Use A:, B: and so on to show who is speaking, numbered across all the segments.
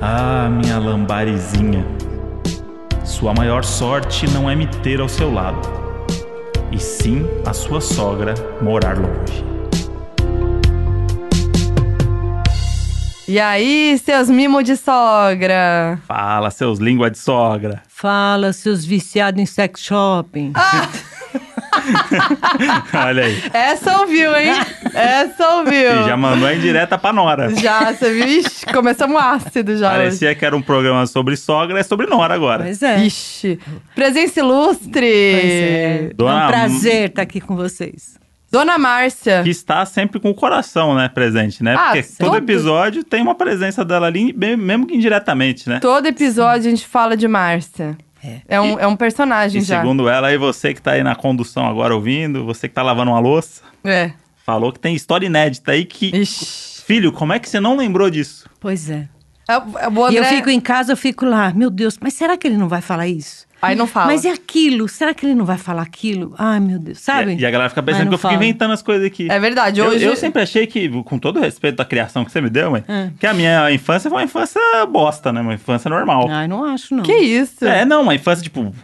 A: Ah, minha lambarizinha. Sua maior sorte não é me ter ao seu lado, e sim a sua sogra morar longe.
B: E aí, seus mimos de sogra?
A: Fala, seus língua de sogra.
C: Fala, seus viciados em sex shopping.
B: Ah,
A: Olha aí.
B: Essa ouviu, hein? Essa ouviu.
A: E já mandou em direta pra Nora.
B: Já, você viu? Ixi, começamos ácido já
A: Parecia que era um programa sobre sogra, é sobre Nora agora.
C: Pois é.
B: hoje. Ixi. Presença ilustre.
C: Pois é.
A: Dona-
C: É um prazer estar aqui com vocês.
B: Dona Márcia.
A: Que está sempre com o coração, né, presente, né?
B: é. Ah,
A: Porque todo
B: todo-
A: episódio tem uma presença dela ali, me- mesmo que indiretamente, né?
B: Todo episódio a gente fala de Márcia. É, um, é um personagem
A: E
B: já.
A: segundo ela, e você que tá aí na condução agora ouvindo, você que tá lavando uma louça,
B: É.
A: falou que tem história inédita aí que.
B: Ixi.
A: Filho, como é que você não lembrou disso?
C: Pois é.
B: É, é, o
C: E eu
B: André-
C: fico em casa, eu fico lá, meu Deus, mas será que ele não vai falar isso?
B: Aí não fala.
C: Mas é aquilo, será que ele não vai falar aquilo? Ai, meu Deus, sabe?
A: E, e a galera fica pensando
C: Mas
A: que
C: não
A: eu fico
C: fala.
A: inventando as coisas aqui.
B: É verdade,
A: Eu-
B: hoje...
A: Eu, sempre achei que, com todo o respeito da criação que você me deu, mãe,
B: É.
C: Ah.
A: que a minha infância foi uma infância bosta, né? Uma infância normal.
C: Ai, não acho, não.
B: Que isso?
A: É, não, uma infância, tipo,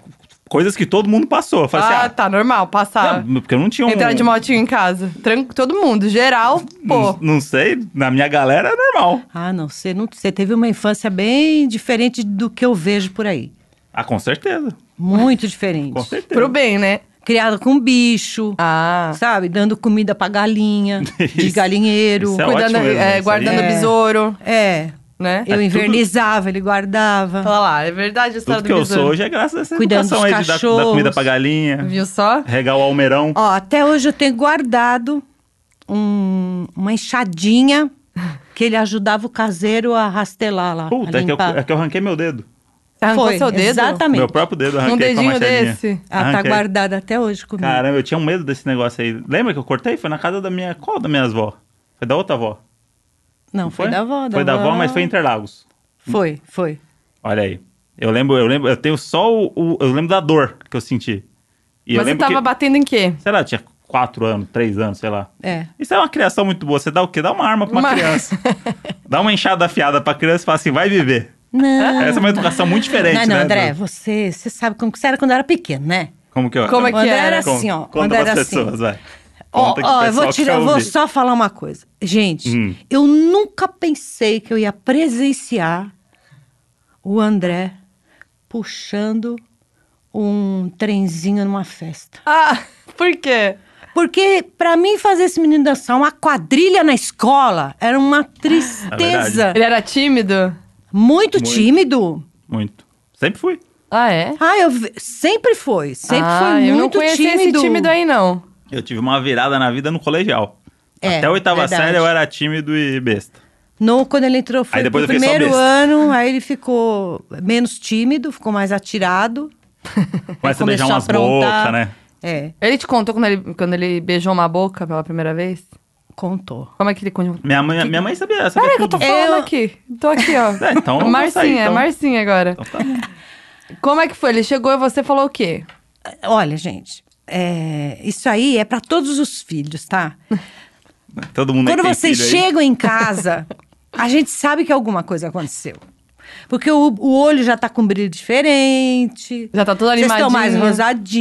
A: coisas que todo mundo passou. Eu falei
B: ah,
A: assim,
B: tá, normal,
A: ah,
B: passar.
A: não, porque eu não tinha um.
B: Entrar de motinho em casa. Tran... Todo mundo, geral,
A: não,
B: pô.
A: não sei, na minha galera é normal.
C: Ah, não, você não, você teve uma infância bem diferente do que eu vejo por aí.
A: Ah, com certeza.
C: Muito diferente.
A: Com certeza.
B: Pro bem, né?
C: Criada com bicho,
B: Ah.
C: sabe? Dando comida pra galinha, de
A: Isso.
C: galinheiro.
A: Isso é
B: Cuidando,
A: ótimo mesmo,
B: é,
A: isso aí.
B: guardando
C: É.
B: besouro,
C: É.
B: né?
C: Eu
A: tudo-
C: invernizava, ele guardava.
B: Olha lá, é verdade a história
A: Tudo que
B: do
A: eu
B: besouro.
A: sou hoje é graças a essa
C: Cuidando
A: educação
C: dos
A: aí de dar, dar
C: cachorros.
A: comida pra galinha,
B: Viu só?
A: regar o almeirão.
C: Ó, até hoje eu tenho guardado um- uma enxadinha que ele ajudava o caseiro a rastelar lá.
A: Puta,
C: a
A: é que, eu,
C: limpar.
A: é que eu arranquei meu dedo.
B: Você arrancou
C: Foi,
B: seu dedo?
C: Exatamente.
A: Meu próprio dedo eu arranquei
B: Num
A: com a
B: dedinho
A: machadinha.
B: desse?
C: Ah, tá
A: Arranquei.
C: guardado até hoje comigo.
A: Caramba, eu tinha um medo desse negócio aí. Lembra que eu cortei? Foi na casa da minha. Qual da minha avó? Foi da outra avó.
C: não, foi? da avó.
A: Foi da avó, mas foi em Interlagos.
C: Foi, foi.
A: Olha aí. Eu lembro, eu lembro, eu tenho só o. o- eu lembro da dor que eu senti. E eu
B: Mas você
A: lembro
B: tava
A: que,
B: batendo em quê?
A: Sei lá, eu tinha quatro anos, três anos, sei lá.
C: É.
A: Isso é uma criação muito boa. Você dá o quê? Dá uma arma pra uma,
B: Uma-
A: criança. dá uma enxada afiada pra criança e fala assim, vai viver.
C: Não.
A: Essa é uma educação muito diferente,
C: Ah. não, não,
A: né?
C: André,
A: do-
C: você, você sabe como que você era quando eu era pequeno, né?
A: Como que eu...
B: Como é
C: O André
B: era?
C: era
A: Con-
C: assim, ó. o
A: Conta
C: André
A: pras
C: era assim.
A: pessoas, vai.
C: Ó,
A: Conta que o
C: ó, eu vou,
A: pessoal
C: tirar-
A: quer
C: eu vou
A: ouvir.
C: só falar uma coisa. Gente,
A: Hum.
C: eu nunca pensei que eu ia presenciar o André puxando um trenzinho numa festa.
B: Ah, por quê?
C: Porque pra mim fazer esse menino dançar uma quadrilha na escola era uma
A: É verdade.
C: tristeza.
B: Ele era tímido?
C: Muito,
A: Muito.
C: tímido.
A: Muito. Sempre fui.
B: Ah, é?
C: Ah, eu ve- sempre foi, sempre
B: ah,
C: foi
B: eu não
C: muito
B: conhecia
C: tímido.
B: esse tímido aí, não.
A: Eu tive uma virada na vida no colegial.
C: É,
A: Até a oitava
C: verdade.
A: série eu era tímido e besta.
C: No, quando ele entrou, foi
A: Aí depois
C: pro
A: eu fiquei só
C: primeiro
A: besta.
C: ano, aí ele ficou menos tímido, ficou mais atirado.
A: Começa a
C: Aí
A: beijar
C: É, começou
A: umas
C: aprontar.
A: bocas, né?
C: É,
B: Ele te contou quando ele, quando ele beijou uma boca pela primeira vez?
C: contou.
B: Como é que ele contou?
A: Minha mãe, minha mãe sabia, sabia
B: Peraí que eu
A: tudo.
B: tô falando
C: Eu-
B: aqui. Tô aqui, ó.
A: É, então eu vou
B: Marcinha,
A: sair, então.
B: Marcinha agora.
A: Então tá bom.
B: Como é que foi? Ele chegou e você falou o quê?
C: Olha, gente, é, isso aí é pra todos os filhos, tá?
A: Todo mundo aí
C: Quando
A: tem
C: vocês
A: filho aí.
C: chegam em casa, a gente sabe que alguma coisa aconteceu. Porque o, o olho já tá com brilho diferente.
B: Já tá tudo
C: Vocês
B: animadinho.
C: estão mais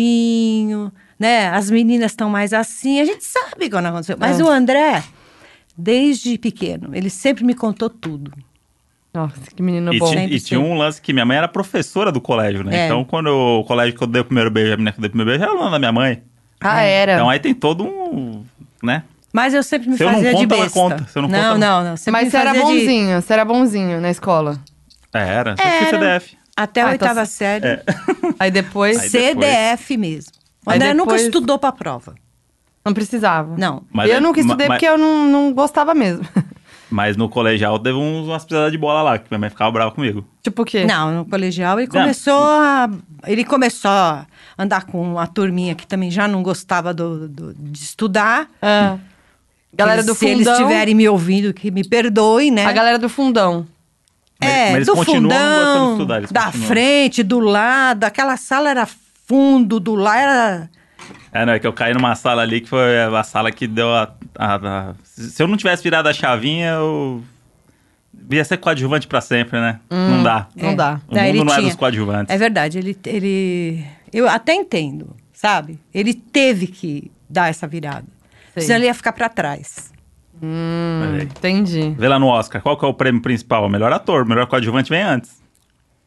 C: rosadinho, né? As meninas estão mais assim. A gente sabe quando aconteceu. Mas
B: É.
C: o André, desde pequeno, ele sempre me contou tudo.
B: Nossa, que menino
A: E,
B: bom.
A: ti-
C: Sempre
A: e tinha
C: sim.
A: um lance que minha mãe era professora do colégio, né?
C: É.
A: Então, quando eu- o colégio que eu dei o primeiro beijo, a menina que eu dei o primeiro beijo, era aluna da minha mãe.
B: Ah,
C: É.
B: era.
A: Então aí tem todo um. né?
C: Mas eu sempre me
A: Se eu não
C: fazia de
A: conto, ela
C: besta.
A: conta. Se eu não conto,
C: não,
A: ela-
C: não, não. Sempre
B: Mas
C: me
B: você era
C: fazia de-
B: bonzinho, você era bonzinho na escola.
A: É, Era, sempre fui
C: Era.
A: CDF.
C: Até a
B: Ah, então
C: oitava
B: você-
C: série.
A: É.
B: Aí depois
A: Aí
C: CDF mesmo. O
B: Aí
C: André nunca
B: depois-
C: estudou pra prova.
B: não precisava.
C: Não.
A: Mas
B: eu
A: é-
B: nunca estudei
A: ma-
B: porque eu não, não gostava mesmo.
A: Mas no colegial teve uns, umas pisadas de bola lá, que minha mãe ficava brava comigo.
B: tipo o quê?
C: Não, no colegial ele começou a. Ele começou a andar com uma turminha que também já não gostava do, do- de estudar.
B: Ah. Galera
C: Eles-
B: do
C: Se
B: fundão.
C: eles estiverem me ouvindo, que me perdoem, né?
B: A galera do fundão.
A: Mas- mas
C: É,
A: eles
C: do
A: continuam gostando de
C: fundão,
A: estudar, eles
C: da
A: continuam.
C: frente, do lado, aquela sala era fundo, do lado era.
A: É, não, é que eu caí numa sala ali que foi a sala que deu a. a- a- Se eu não tivesse virado a chavinha, eu. Ia ser coadjuvante pra sempre, né? não dá.
D: Não dá.
A: O
C: Não, ele
A: mundo não é
C: tinha.
A: dos coadjuvantes.
C: É verdade, ele, ele. Eu até entendo, sabe? Ele teve que dar essa virada.
B: Sei.
C: Senão ele ia ficar pra trás.
A: Mas aí.
B: Hum, Entendi.
A: Vê lá no Oscar, qual que é o prêmio principal? O melhor ator, o melhor coadjuvante vem antes.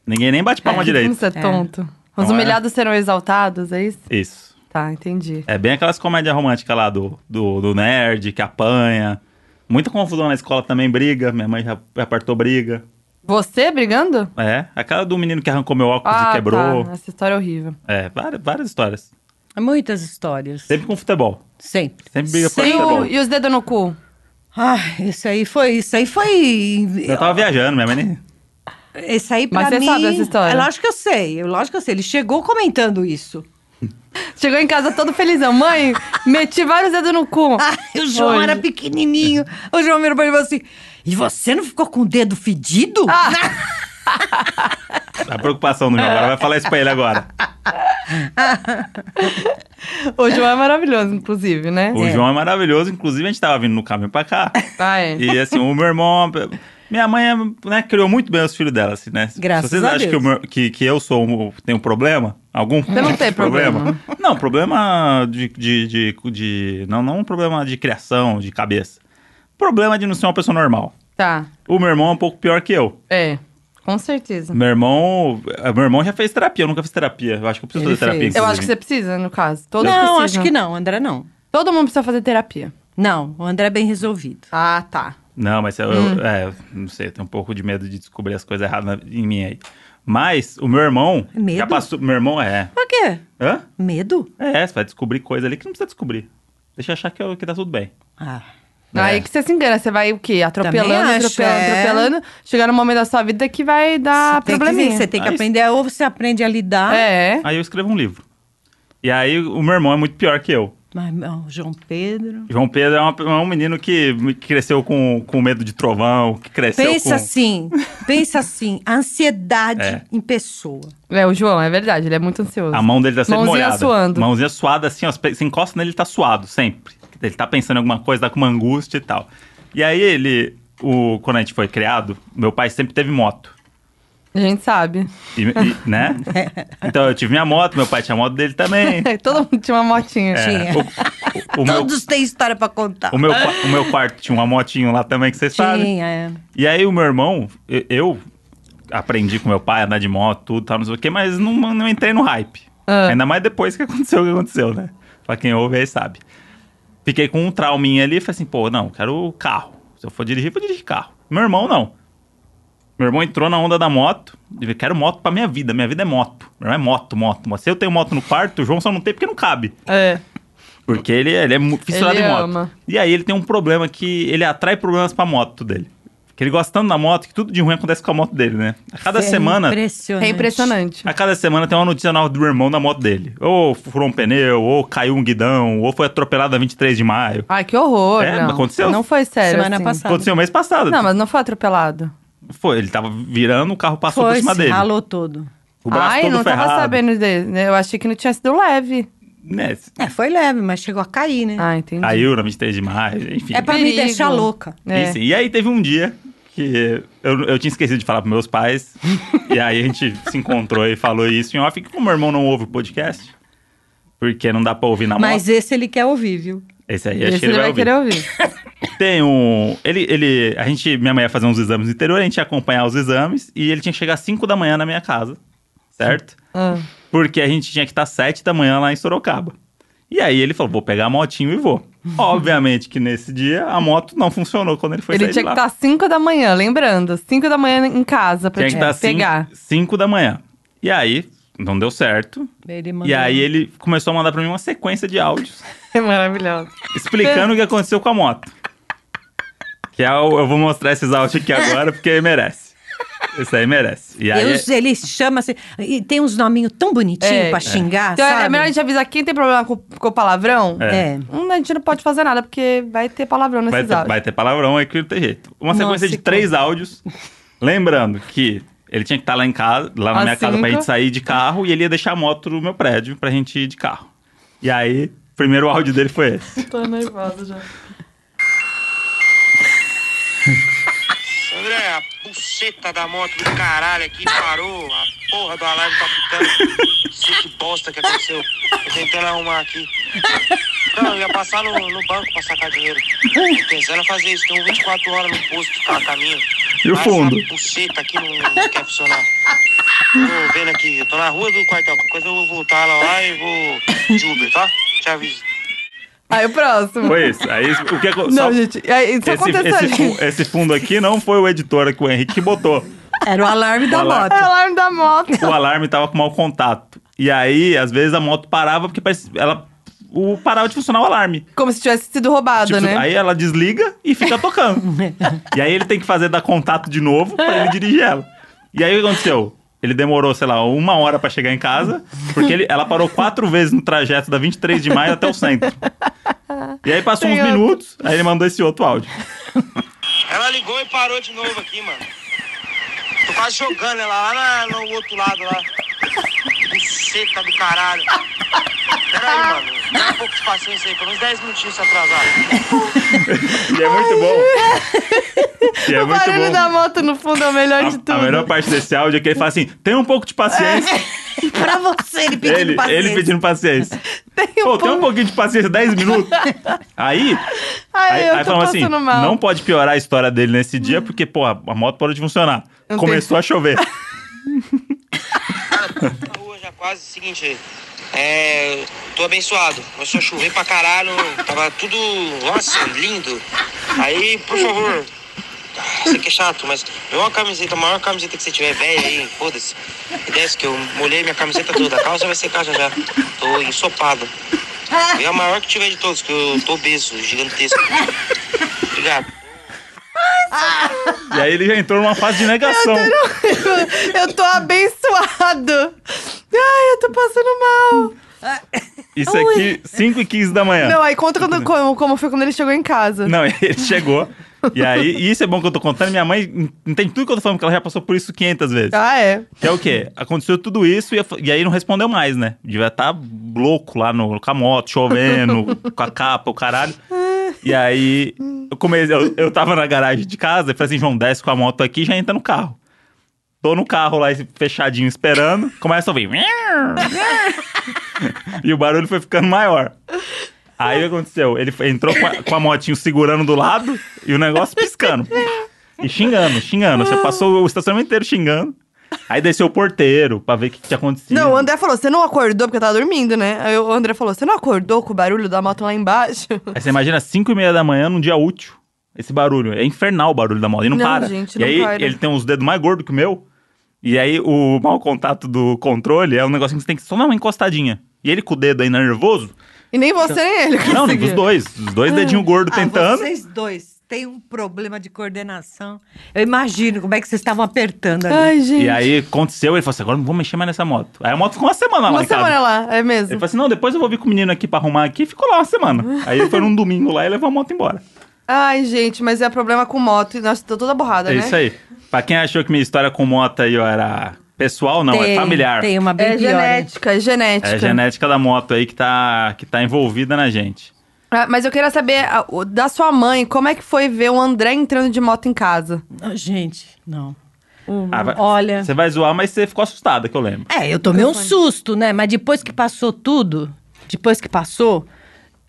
A: Ninguém nem bate palma direito.
B: Como você é tonto. Os
A: Não é?
B: humilhados serão exaltados, é isso?
A: Isso.
B: Tá, entendi.
A: É bem aquelas comédias românticas lá do, do, do nerd, que apanha. Muita confusão na escola também, briga. Minha mãe já apartou briga.
B: Você brigando?
A: É, aquela do menino que arrancou meu óculos e quebrou.
B: tá. Essa história é horrível.
A: É, várias, várias histórias.
C: Há É Muitas histórias.
A: Sempre com futebol.
C: Sempre.
A: Sempre briga por
B: E,
A: futebol.
B: o- e os dedos no cu?
C: Ah, isso aí foi. Isso aí foi.
A: Eu tava viajando, minha mãe nem... É.
C: Isso aí pra
B: Mas você
C: mim.
B: sabe essa história?
C: É lógico que eu sei, é lógico que eu sei. Ele chegou comentando isso.
B: Chegou em casa todo felizão. Mãe, meti vários dedos no cu.
C: Ah, o João
B: Hoje.
C: era pequenininho. O João mirou pra ele e falou assim: E você não ficou com o dedo fedido?
A: A preocupação do meu agora. Vai falar isso pra ele agora.
B: O João é maravilhoso, inclusive, né?
A: O João é maravilhoso. Inclusive, a gente tava vindo no caminho pra cá.
B: Ah, é.
A: E assim, o meu irmão. Minha mãe né, criou muito bem os filhos dela, assim, né?
C: Graças
A: Se vocês
C: a
A: acham
C: Deus.
A: Que, o meu- que, que eu sou um, tenho um problema, algum
B: Você não tem problema.
A: Não, problema de, de, de, de- Não, não um problema de criação, de cabeça. Problema de não ser uma pessoa normal.
B: Tá.
A: O meu irmão é um pouco pior que eu.
B: É. Com certeza.
A: Meu irmão. Meu irmão já fez terapia, eu nunca fiz terapia. Eu acho que eu preciso
C: Ele
A: fazer terapia.
C: fez.
B: Eu
A: inclusive.
B: acho que você precisa, no caso. Todos
C: assim, não,
B: precisam.
C: acho que não, André não.
B: Todo mundo precisa fazer terapia.
C: Não, o André é bem resolvido.
B: Ah, tá.
A: Não, mas eu, eu- é, não sei, eu tenho um pouco de medo de descobrir as coisas erradas na- em mim aí. Mas o meu irmão.
C: Medo?
A: Já passou. Meu irmão é.
C: Pra quê?
A: Hã?
C: Medo?
A: É, você vai descobrir coisa ali que não precisa descobrir. Deixa eu achar que, eu- que tá tudo bem.
C: Ah.
A: É.
B: Aí que você se engana, você vai o quê? Atropelando,
C: Também acho,
B: atropelando,
C: é.
B: atropelando. Chegar num momento da sua vida que vai dar
C: Tem que-
B: probleminha.
C: você tá? tem que
A: Aí-
C: aprender, ou você aprende a lidar.
B: É.
A: Aí eu escrevo um livro. E aí o meu irmão é muito pior que eu.
C: Mas, não, João Pedro.
A: João Pedro é, uma- é um menino que cresceu com, com medo de trovão, que cresceu
C: Pensa
A: com...
C: assim, pensa assim, a ansiedade
A: É.
C: em pessoa.
B: É, o João, é verdade, ele é muito ansioso.
A: A mão dele tá sempre
B: Mãozinha
A: molhada.
B: suando.
A: Mãozinha suada, assim, ó. Você encosta nele, ele tá suado, sempre. Ele tá pensando em alguma coisa, tá com uma angústia e tal. E aí ele, o, quando a gente foi criado, meu pai sempre teve moto.
B: A gente sabe.
A: E- e, né? Então eu tive minha moto, meu pai tinha a moto dele também.
B: Todo mundo tinha uma motinha.
A: É,
C: Tinha.
A: o, o- o meu,
C: Todos têm história pra contar.
A: o, meu, qua- o meu quarto tinha uma motinho lá também, que vocês sabem.
C: Tinha, é.
A: E aí o meu irmão, e- eu aprendi com meu pai a andar de moto, tudo, tal, não sei o quê, mas não, não entrei no hype.
B: Ah.
A: Ainda mais depois que aconteceu o que aconteceu, né? Pra quem ouve aí sabe. Fiquei com um trauminha ali, falei assim, pô, não, quero carro. Se eu for dirigir, vou dirigir carro. Meu irmão, não. Meu irmão entrou na onda da moto, ele quero moto pra minha vida, minha vida é moto. Meu irmão é moto, moto, moto. Se eu tenho moto no quarto, o João só não tem porque não cabe.
B: É.
A: Porque ele, ele é mu- fissurado
B: Ele
A: em moto.
B: ama.
A: E aí ele tem um problema que ele atrai problemas pra moto dele. Que ele gosta tanto da moto que tudo de ruim acontece com a moto dele, né? A cada
C: É
A: semana.
C: Impressionante.
B: É impressionante.
A: A cada semana tem uma notícia nova do meu irmão da moto dele. Ou furou um pneu, ou caiu um guidão, ou foi atropelado a 23 de maio.
B: Ai, que horror.
A: É,
B: não.
A: mas aconteceu?
B: Não foi sério.
C: Semana
B: assim.
C: passada.
A: Aconteceu mês passado.
B: Não, mas não foi atropelado.
A: Foi, ele tava virando, o carro passou por
C: Foi,
A: cima
C: se
A: dele.
C: ralou todo.
A: O braço
B: Ai,
A: todo
B: não
A: ferrado.
B: tava sabendo dele. né? Eu achei que não tinha sido leve.
A: Né?
C: É, foi leve, mas chegou a cair, né?
B: Ah, entendi.
A: Caiu na 23 de maio, enfim.
C: é pra me
B: perigo.
C: deixar louca.
B: É.
A: Enfim, e aí teve um dia que eu, eu tinha esquecido de falar pros meus pais. e aí a gente se encontrou e falou isso em off. que o meu irmão não ouve o podcast, porque não dá pra ouvir na
C: Mas
A: moto.
C: esse ele quer ouvir, viu?
A: Esse aí acho
B: Esse
A: que ele vai, ouvir.
B: querer ouvir.
A: Tem um... Ele, ele, a gente, minha mãe ia fazer uns exames no interior, a gente ia acompanhar os exames. E ele tinha que chegar às 5 da manhã na minha casa, certo?
B: Ah.
A: Porque a gente tinha que estar às 7 da manhã lá em Sorocaba. E aí ele falou, vou pegar a motinho e vou. Obviamente que nesse dia a moto não funcionou quando é, ele foi
B: Ele
A: sair
B: tinha
A: de
B: que
A: lá.
B: estar às 5 da manhã, lembrando. 5 da manhã em casa pra
A: Tinha que tá
B: te
A: estar
B: pegar.
A: 5 da manhã. E aí, não deu certo.
C: Ele mandou-
A: E aí ele começou a mandar pra mim uma sequência de áudios
B: É maravilhoso.
A: explicando o que aconteceu com a moto. Que é o- eu vou mostrar esses áudios aqui agora porque merece. Isso aí merece. E aí, é-
C: Deus, ele chama assim. E tem uns nominhos tão bonitinhos
B: É.
C: Tipo, pra xingar,
B: Então
C: sabe?
B: é melhor a gente avisar quem tem problema com, com palavrão.
A: É.
C: É.
B: Hum, a gente não pode fazer nada, porque vai ter palavrão
A: vai,
B: nesses
A: ter,
B: áudios.
A: vai ter palavrão aí que não tem jeito. Uma
C: Nossa,
A: sequência de
C: que
A: três áudios. Lembrando que ele tinha que estar lá em casa, lá na
B: Às
A: minha casa pra
B: cinco.
A: gente sair de carro e ele ia deixar a moto no meu prédio pra gente ir de carro. E aí, o primeiro áudio dele foi esse.
B: Tô nervosa já.
E: André,
D: a buceta da moto do caralho aqui, parou a porra do alarme capitão. Não sei que bosta que aconteceu. Tô tentando arrumar aqui. Não, eu ia passar no, no banco pra sacar dinheiro. Tô pensando em fazer isso, tem um 24 horas no posto tá a caminho.
A: E o
D: Mas
A: fundo?
D: essa buceta aqui não, não quer funcionar. Tô vendo aqui, eu tô na rua do quartel. Qualquer coisa eu vou voltar lá, lá e vou de Uber, tá? Te aviso.
B: Aí o próximo.
A: Foi isso. Aí o que acon- só-
B: Não, gente, aí, isso
A: Esse,
B: aconteceu
A: esse,
B: ali.
A: fu- esse fundo aqui não foi o editor que o Henrique que botou.
C: Era o alarme da
A: O alarme.
C: moto.
B: É o alarme da moto.
A: O alarme tava com mau contato. E aí, às vezes, a moto parava porque parecia, ela o, parava de funcionar o alarme.
B: Como se tivesse sido roubado,
A: Tipo,
B: né?
A: Aí ela desliga e fica tocando. e aí ele tem que fazer dar contato de novo pra ele dirigir ela. E aí o que aconteceu? Ele demorou, sei lá, uma hora pra chegar em casa, porque ele- ela parou quatro vezes no trajeto da 23 de maio até o centro. E aí passou
B: Tem
A: uns
B: outro.
A: minutos, aí ele mandou esse outro áudio.
D: Ela ligou e parou de novo aqui, mano. Tô quase jogando ela lá na- no outro lado lá. Buceta do caralho. Peraí, mano. Dá um pouco de paciência aí, pelo menos 10 minutinhos se atrasar.
A: E é muito bom. E é
B: o
A: muito
B: barulho
A: bom.
B: da moto no fundo é o melhor de
A: A,
B: tudo. É,
A: a melhor parte desse áudio é que ele fala assim: tem um pouco de paciência.
C: pra você, ele pedindo
A: ele,
C: paciência.
A: ele pedindo paciência.
B: Tem
A: Pô, tem
B: um
A: um
B: ponto-
A: pouquinho de paciência, 10 minutos. Aí,
B: Ai,
A: aí,
B: eu
A: aí
B: tô
A: falamos
B: passando
A: assim:
B: mal. Hum.
A: não pode piorar a história dele nesse dia, porque, pô, a moto parou de funcionar.
B: Não
A: Começou a chover.
D: Na rua já quase, seguinte, é, tô abençoado. Começou a chover pra caralho, tava tudo, nossa, lindo. Aí, por favor, ah, isso aqui é chato, mas vê uma camiseta, a maior camiseta que você tiver, velha aí, foda-se. E Desce que eu molhei minha camiseta toda, a calça vai secar já já, tô ensopado. Vê a maior que tiver de todos, que eu tô obeso, gigantesco. Obrigado.
A: E aí ele já entrou numa fase de negação.
B: Eu tô abençoado. Ai, eu tô passando mal.
A: Isso aqui, 5 e 15 da manhã.
B: Não, aí conta quando- como, como foi quando ele chegou em casa.
A: É. Não, ele chegou. E aí, e isso é bom que eu tô contando. Minha mãe entende tudo que eu tô falando, porque ela já passou por isso 500 vezes.
B: Ah, é.
A: Que é o quê? Aconteceu tudo isso e, eu fa- e aí não respondeu mais, né? Devia estar louco lá no, com a moto, chovendo, com a capa, o caralho. E aí eu comecei, eu, eu tava na garagem de casa e falei assim, João, desce com a moto aqui e já entra no carro. Tô no carro lá, fechadinho, esperando. Começa a ouvir. e o barulho foi ficando maior. Aí o que aconteceu? Ele foi- entrou com a, com a motinho segurando do lado e o negócio piscando. E xingando, xingando. Você passou o estacionamento inteiro xingando. Aí desceu o porteiro pra ver o que que tinha acontecido.
B: Não, o André falou, você não acordou porque eu tava dormindo, né? Aí o André falou, você não acordou com o barulho da moto lá embaixo?
A: Aí você imagina 5 e meia da manhã num dia útil. Esse barulho. É infernal o barulho da moto. E não,
B: Não,
A: para.
B: gente,
A: e
B: não
A: aí
B: para.
A: ele tem uns dedos mais gordos que o meu. E aí o mau contato do controle é um negocinho que você tem que só dar uma encostadinha. E ele com o dedo ainda nervoso.
B: E nem você, nem ele
A: Não,
B: conseguiu.
A: os dois. Os dois dedinhos gordos
C: Ah,
A: tentando.
C: vocês dois têm um problema de coordenação. Eu imagino como é que vocês estavam apertando ali.
B: Ai, gente.
A: E aí aconteceu, ele falou assim: agora não vou mexer mais nessa moto. Aí a moto ficou uma semana lá
B: Uma
A: em casa.
B: semana lá, é
A: Ele
B: mesmo.
A: falou assim: não, depois eu vou vir com o menino aqui pra arrumar aqui. E Ficou lá uma semana. Aí ele foi num domingo lá e levou a moto embora.
B: Ai, gente, mas é problema com moto. Nossa, tô toda borrada,
A: É
B: né?
A: isso aí. Pra quem achou que minha história com moto aí ó, era pessoal, não, é
C: Tem-
A: familiar.
C: Tem uma Tá bem
B: É
C: pior. né? hein?
B: genética, é genética.
A: É a genética da moto aí que tá, que tá envolvida na gente.
B: Ah, Mas eu queria saber ah, o- da sua mãe, como é que foi ver o André entrando de moto em casa?
C: Não, Ah, Gente, não.
A: Ah, vai-
C: Uhum. Olha.
A: Você vai zoar, mas você ficou assustada, que eu lembro.
C: É, eu tomei um susto, né? Mas depois que passou tudo, depois que passou,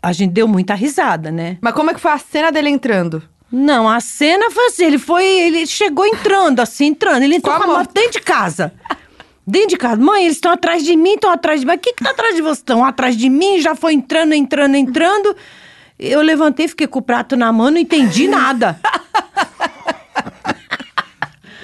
C: a gente deu muita risada, né?
B: Mas como é que foi a cena dele entrando?
C: Não, a cena foi assim, ele foi, ele chegou entrando, assim, entrando, ele entrou
B: Com
C: com
B: a
C: a
B: moto.
C: moto dentro de casa. Dentro de casa. Mãe, eles estão atrás de mim, estão atrás de mim. Mas quem que tá atrás de você? Estão atrás de mim, já foi entrando, entrando, entrando. Eu levantei, fiquei com o prato na mão, não entendi nada.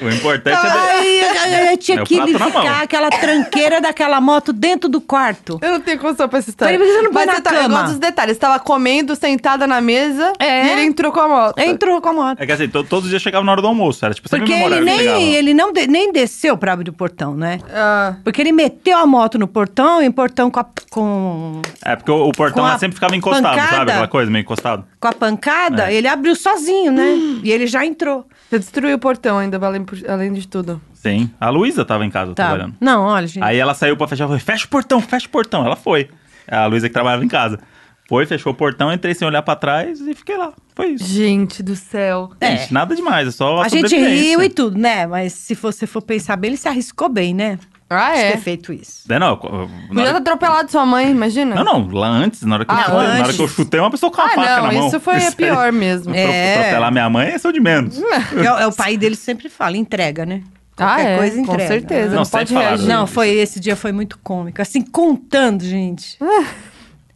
A: O importante é.
C: Aí eu, eu tinha
A: É o
C: que
A: prato na mão.
C: ficar aquela tranqueira daquela moto dentro do quarto.
B: Eu não tenho condição pra essa história.
C: Peraí, por que você não põe
B: Mas
C: na
B: tá- Eu
C: cama?
B: gosto dos detalhes. Você tava comendo, sentada na mesa,
C: É.
B: e ele entrou com a moto.
C: Entrou com a moto.
A: É que assim, to- todos os dias chegava na hora do almoço. Era tipo, sempre
C: Porque
A: no mesmo
C: ele
A: horário que chegava.
C: nem, ele não de- nem desceu pra abrir o portão, né?
B: Ah,
C: Porque ele meteu a moto no portão e o portão com a, com,
A: É, porque o, o portão
C: Com
A: lá
C: a
A: sempre ficava encostado, sabe?
C: pancada.
A: Aquela coisa meio encostado.
C: com a pancada,
A: É. Hum.
C: ele abriu sozinho, né? E ele já entrou.
B: você destruiu o portão ainda, além, por- além de tudo.
A: Sim. A Luísa tava em casa
C: Tá.
A: trabalhando.
C: Não, olha, gente.
A: Aí ela saiu pra fechar, falou, fecha o portão, fecha o portão. Ela foi. É a Luísa que trabalhava em casa. Foi, fechou o portão, entrei sem olhar pra trás e fiquei lá. Foi isso.
B: Gente do céu.
C: É.
A: Gente, nada demais, é só
C: A gente
A: sobrevivência.
C: riu e tudo, né? Mas se você for pensar bem, ele se arriscou bem, né?
B: Ah,
C: De
B: é.
C: ter feito isso.
A: É, não, eu- eu- na
B: Podia ter
A: hora-
B: atropelado sua mãe, imagina.
A: não, não, lá antes, na hora que, eu,
B: Ah,
A: chutei, na hora
C: antes.
A: que eu chutei, uma pessoa com uma
B: Ah,
A: faca na
B: não,
A: mão.
B: isso foi a
A: Isso aí-
B: pior mesmo.
A: Atro-
C: É.
A: Atropelar minha mãe é seu de menos.
C: É, é, o pai dele sempre fala, entrega, né?
B: Ah,
C: Qualquer
B: é,
C: coisa
B: com
C: entrega.
B: certeza. Não,
A: Não, sempre
B: pode
A: falaram.
B: reagir.
C: Não, foi esse dia foi muito cômico. Assim, contando, gente.
B: Ah.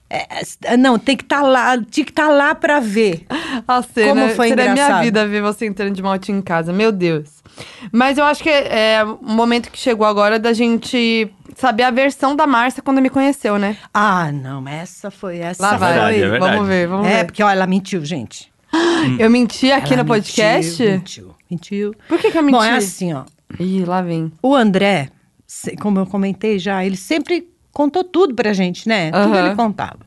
C: É, é, não, tem que estar lá, tinha que estar lá pra ver.
B: A cena,
C: Como foi
B: seria minha
C: engraçado.
B: vida ver você entrando de motinho em casa, meu Deus. Mas eu acho que é um momento que chegou agora da gente saber a versão da Márcia quando me conheceu, né?
C: Ah, não, essa foi essa.
B: Lá vai.
A: verdade,
C: foi.
A: é verdade.
B: Vamos ver, vamos
C: É,
B: ver.
C: porque olha, ela mentiu, gente.
B: Eu menti aqui
C: Ela
B: no podcast?
C: Mentiu, mentiu. mentiu.
B: Por que que eu
C: Bom, é
B: menti?
C: assim, ó.
B: Ih, lá vem.
C: O André, se- como eu comentei já, ele sempre contou tudo pra gente, né? Tudo
B: Aham.
C: ele contava.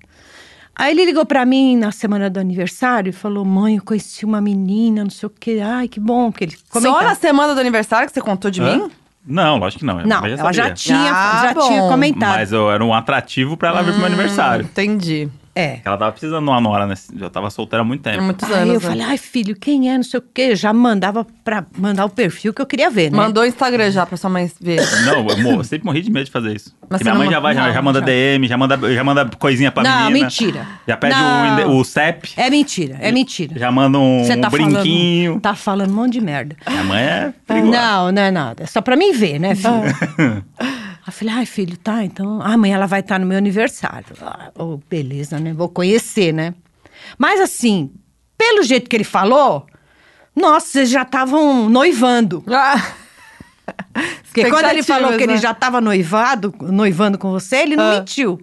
C: Aí ele ligou pra mim na semana do aniversário e falou: Mãe, eu conheci uma menina, não sei o quê. Ai, que bom. Porque ele
B: Só na
C: comentava.
B: semana do aniversário que você contou de
A: Hã?
B: mim?
A: Não, lógico que não. minha
C: Não,
A: mãe
C: ela já
A: sabia.
C: tinha,
B: Ah,
C: já
B: bom.
C: tinha comentado.
A: Mas eu era um atrativo pra ela vir
C: Hum.
A: pro meu aniversário.
B: Entendi.
C: É.
A: Ela tava precisando de uma nora, né? Já tava solteira há muito tempo.
B: Há muitos
C: Aí
B: anos. né?
C: eu falei, ai filho, quem é, não sei o quê. Já mandava pra mandar o perfil que eu queria ver, né?
B: Mandou o Instagram já pra sua mãe ver.
A: Não, eu, mo- eu sempre morri de medo de fazer isso.
B: Mas
A: Porque
B: você
A: minha
B: não
A: mãe
B: ma-
A: já vai, já-
B: não,
A: já manda
B: já.
A: DM, já manda, já manda coisinha pra
C: Não,
A: menina.
C: mentira.
A: Já pede
C: Não.
A: o, ende- o CEP,
C: É mentira, é mentira.
A: já manda um,
C: Você tá falando,
A: brinquinho.
C: tá falando um monte de merda.
A: Minha mãe é perigosa.
C: Não, não é nada. É só pra mim ver, né, filho?
A: Ah.
C: Eu falei, ai, filho, tá, então. Amanhã ela vai estar no meu aniversário. Ah, oh, beleza, né? Vou conhecer, né? Mas assim, pelo jeito que ele falou, nossa, vocês já estavam noivando.
B: Ah.
C: Porque quando ele falou que ele
B: Expectativas, né?
C: já estava noivado, noivando com você, ele não
B: Ah.
C: mentiu.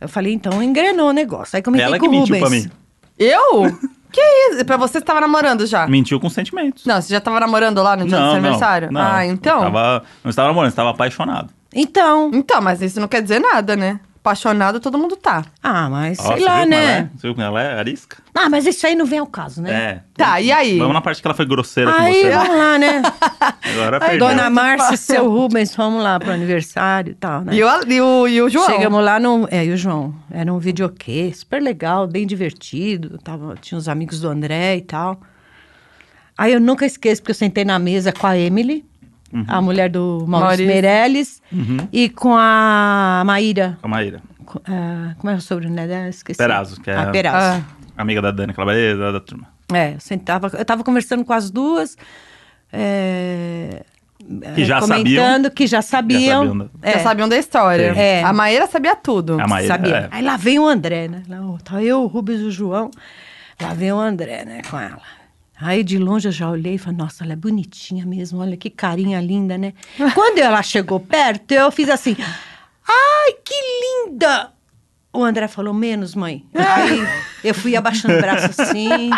C: Eu falei, então engrenou o negócio. Aí comentei
A: Ela
C: com
A: que
C: o
A: mentiu
C: Rubens.
A: pra mim.
B: Eu? que isso? Pra você, você tava namorando já?
A: Mentiu com sentimentos.
B: Não, você já tava namorando lá no dia do
A: não,
B: seu aniversário?
A: não.
B: Ah, então.
A: Eu tava, não estava namorando, eu estava apaixonado.
C: Então,
B: Então, mas isso não quer dizer nada, né? Apaixonado todo mundo tá.
C: ah, mas
A: Ó,
C: sei
A: você
C: lá,
A: viu como Ela é?
C: né?
A: Você viu como ela é arisca?
C: Ah, mas isso aí não vem ao caso, né?
A: É.
B: Tá, e aí?
A: Vamos na parte que ela foi grosseira com
C: Aí,
A: você.
C: vamos lá, né?
A: Agora
C: Ai,
A: perdeu.
C: Dona Márcia,
B: Perdeu.
C: seu Rubens, vamos lá pro aniversário e tal,
A: É.
C: né?
B: E, o, e, o, e o João?
C: Chegamos lá no. É, e o João. Era um videokê, super legal, bem divertido. Tava, tinha os amigos do André e tal. Aí eu nunca esqueço, porque eu sentei na mesa com a Emily,
A: Uhum.
C: a mulher do Maurício,
B: Maurício.
C: Meirelles, e com a Maíra.
A: Com a Maíra.
C: co- ah, como é o sobrenome dela? Esqueci.
A: Perazzo, que é-
C: Ah, Perazzo.
B: Ah,
A: Amiga da Dani, que ela é da, da turma.
C: É, eu sentava. Eu tava conversando com as duas. é,
A: Que
C: é,
A: já sabiam.
C: comentando que já sabiam.
A: sabiam né? da-
C: É.
B: Já sabiam da história.
A: Sim.
C: É.
B: A Maíra sabia tudo.
A: A Maíra.
C: sabia.
A: é.
C: Aí lá vem o André, né? Lá, ó, tá eu, o Rubens e o João. Lá vem o André, né, com ela. Aí de longe eu já olhei e falei, nossa, ela é bonitinha mesmo, olha que carinha linda, né? Quando ela chegou perto, eu fiz assim, ai, que linda! O André falou, menos, mãe. Aí eu fui abaixando o braço assim,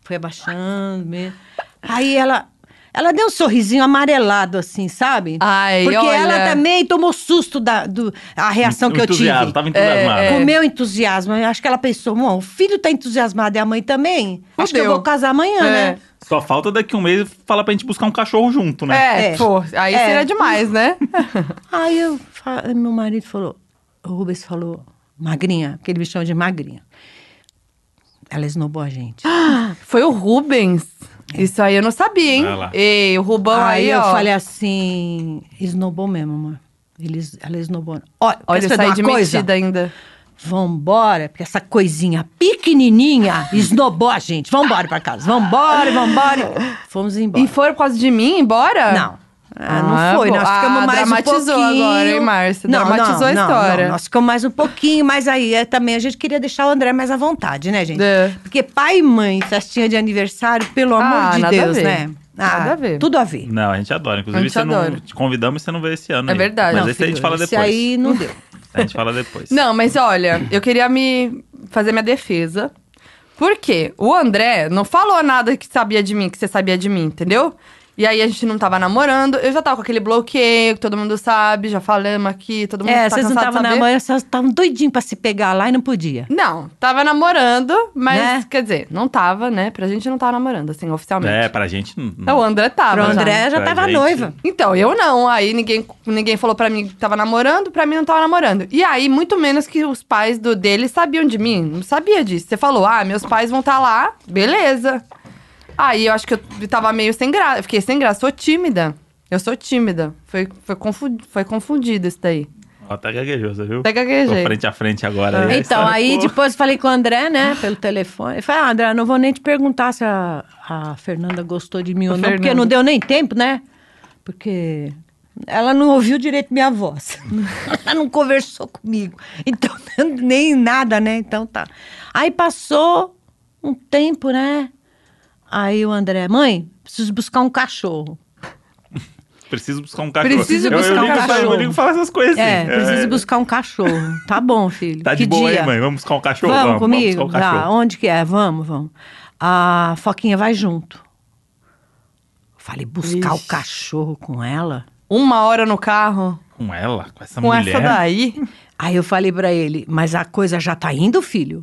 C: fui abaixando mesmo. Aí ela, ela deu um sorrisinho amarelado assim, sabe?
B: Ai,
C: Porque ela
B: olha.
C: também tomou susto da, do, a reação que eu tive. é.
A: Entusiasmo, tava entusiasmada.
C: Com o meu entusiasmo, eu acho que ela pensou, bom, o filho tá entusiasmado e a mãe também? Acho que eu
B: Fudeu.
C: vou casar amanhã,
B: É.
C: né?
A: Só falta daqui um mês falar pra gente buscar um cachorro junto, né?
B: É,
C: É.
B: pô, aí
C: É.
B: seria demais, né?
C: Aí eu, fa- meu marido falou, o Rubens falou, magrinha, porque ele me chama de magrinha. Ela esnobou a gente.
B: Foi o Rubens. É. Isso aí eu não sabia, hein?
A: Vai lá.
B: Ei, o Rubão aí,
C: aí eu
B: ó.
C: falei assim, esnobou mesmo, amor. Eles, ela esnobou. Olha,
B: Olha,
C: quer
B: eu
C: saber
B: saí
C: uma
B: de
C: coisa?
B: metida ainda.
C: Vambora, porque essa coisinha pequenininha esnobou a gente. Vambora pra casa. Vambora, vambora. Fomos embora.
B: E foram por causa de mim embora?
C: Não. Ah,
B: Ah,
C: não foi,
B: bom.
C: nós ficamos
B: Ah,
C: mais
B: dramatizou
C: um pouquinho.
B: agora, hein, Márcia?
C: Não,
B: Dramatizou
C: não,
B: a
C: não,
B: história.
C: não, nós ficamos mais um pouquinho, mas aí é, também a gente queria deixar o André mais à vontade, né, gente?
B: É.
C: Porque pai e mãe, festinha de aniversário, pelo amor
B: Ah,
C: de
B: nada a
C: Deus,
B: ver.
C: né?
B: Nada a ver.
C: Tudo a ver.
A: Não, a gente adora. Inclusive,
B: A gente
A: você
B: adora.
A: não. Te convidamos e você não veio esse ano.
B: É
A: aí.
B: verdade.
A: Mas
B: Não,
A: esse aí a gente fala
C: Esse
A: depois.
C: aí não deu.
A: A gente fala depois.
B: Não, mas olha, eu queria me fazer minha defesa. Por quê? O André não falou nada que sabia de mim, que você sabia de mim, entendeu? E aí a gente não tava namorando. Eu já tava com aquele bloqueio, que todo mundo sabe, já falamos aqui, todo mundo
C: É,
B: tá
C: vocês não
B: cansado de
C: estavam
B: saber.
C: namorando, vocês estavam doidinhos pra se pegar lá e não podia.
B: Não, tava namorando, mas
C: Né?
B: quer dizer, não tava, né? Pra gente não tava namorando, assim, oficialmente.
A: É, pra gente. não-
B: Então, o André tava.
C: Pro
B: já, né?
C: André já
A: Pra
C: tava
A: gente.
C: noiva.
B: Então, eu não. Aí ninguém, ninguém falou pra mim que tava namorando, pra mim não tava namorando. E aí, muito menos que os pais do dele sabiam de mim. Não sabia disso. Você falou, ah, meus pais vão estar lá, beleza. Aí eu acho que eu tava meio sem graça. Eu fiquei sem graça, sou tímida. Eu sou tímida. Foi, foi, confu- foi confundido isso daí.
A: Ó, tá gaguejou, você viu?
B: Até gaguejei.
A: Tô frente a frente agora. a
C: Então,
A: É, história,
C: aí
A: pô.
C: depois falei com o André, né, pelo telefone. Eu falei, ah, André, não vou nem te perguntar se a, a Fernanda gostou de mim ou
B: A
C: não, porque
B: Fernanda.
C: não deu nem tempo, né? Porque ela não ouviu direito minha voz. ela não conversou comigo. Então, nem nada, né? Então tá. Aí passou um tempo, né? Aí o André, mãe, preciso buscar um cachorro.
A: Preciso buscar um cachorro.
B: Preciso
A: Eu- eu
B: buscar um
A: ligo pra-
C: cachorro.
A: Eu ligo e falo essas coisas assim.
C: É, preciso buscar um cachorro. Tá bom, filho.
A: Tá de
C: que
A: boa
C: dia?
A: aí, mãe. Vamos buscar um cachorro?
C: Vamos,
A: vamos buscar
C: comigo?
A: um cachorro.
C: Tá, onde que é? Vamos, vamos. A Foquinha vai junto. Falei, buscar o
B: Ixi.
C: cachorro com ela?
B: Uma hora no carro,
A: Com ela? Com essa
B: com
A: mulher?
B: essa daí.
C: Aí eu falei pra ele, mas a coisa já tá indo, filho?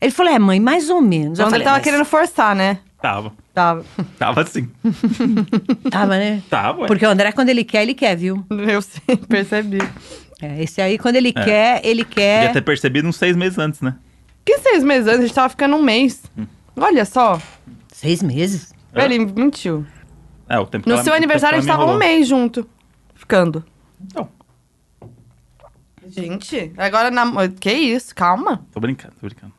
C: Ele falou, é, mãe, mais ou menos. Eu
B: Então ele
C: falei, "Ah,
B: tava
C: mas-
B: querendo forçar, né?
A: Tava.
B: Tava.
A: Tava assim.
C: Tava, né?
A: Tava, ué.
C: Porque o André, quando ele quer, ele quer, viu?
B: Eu sei, percebi.
C: É, esse aí, quando ele quer, ele
A: Podia
C: quer.
A: ter percebido uns seis meses antes, né?
B: Que seis meses antes, a gente tava ficando um mês. Olha só.
C: Seis meses.
A: Hum. É.
B: Ele mentiu.
A: É, o tempo que
B: No
A: ela-
B: seu
A: o tempo
B: aniversário a
A: que
B: gente
A: ela me
B: tava um
A: enrolou.
B: mês junto. Ficando.
A: Então,
B: Gente, agora na... Que isso, calma.
A: tô brincando, tô brincando.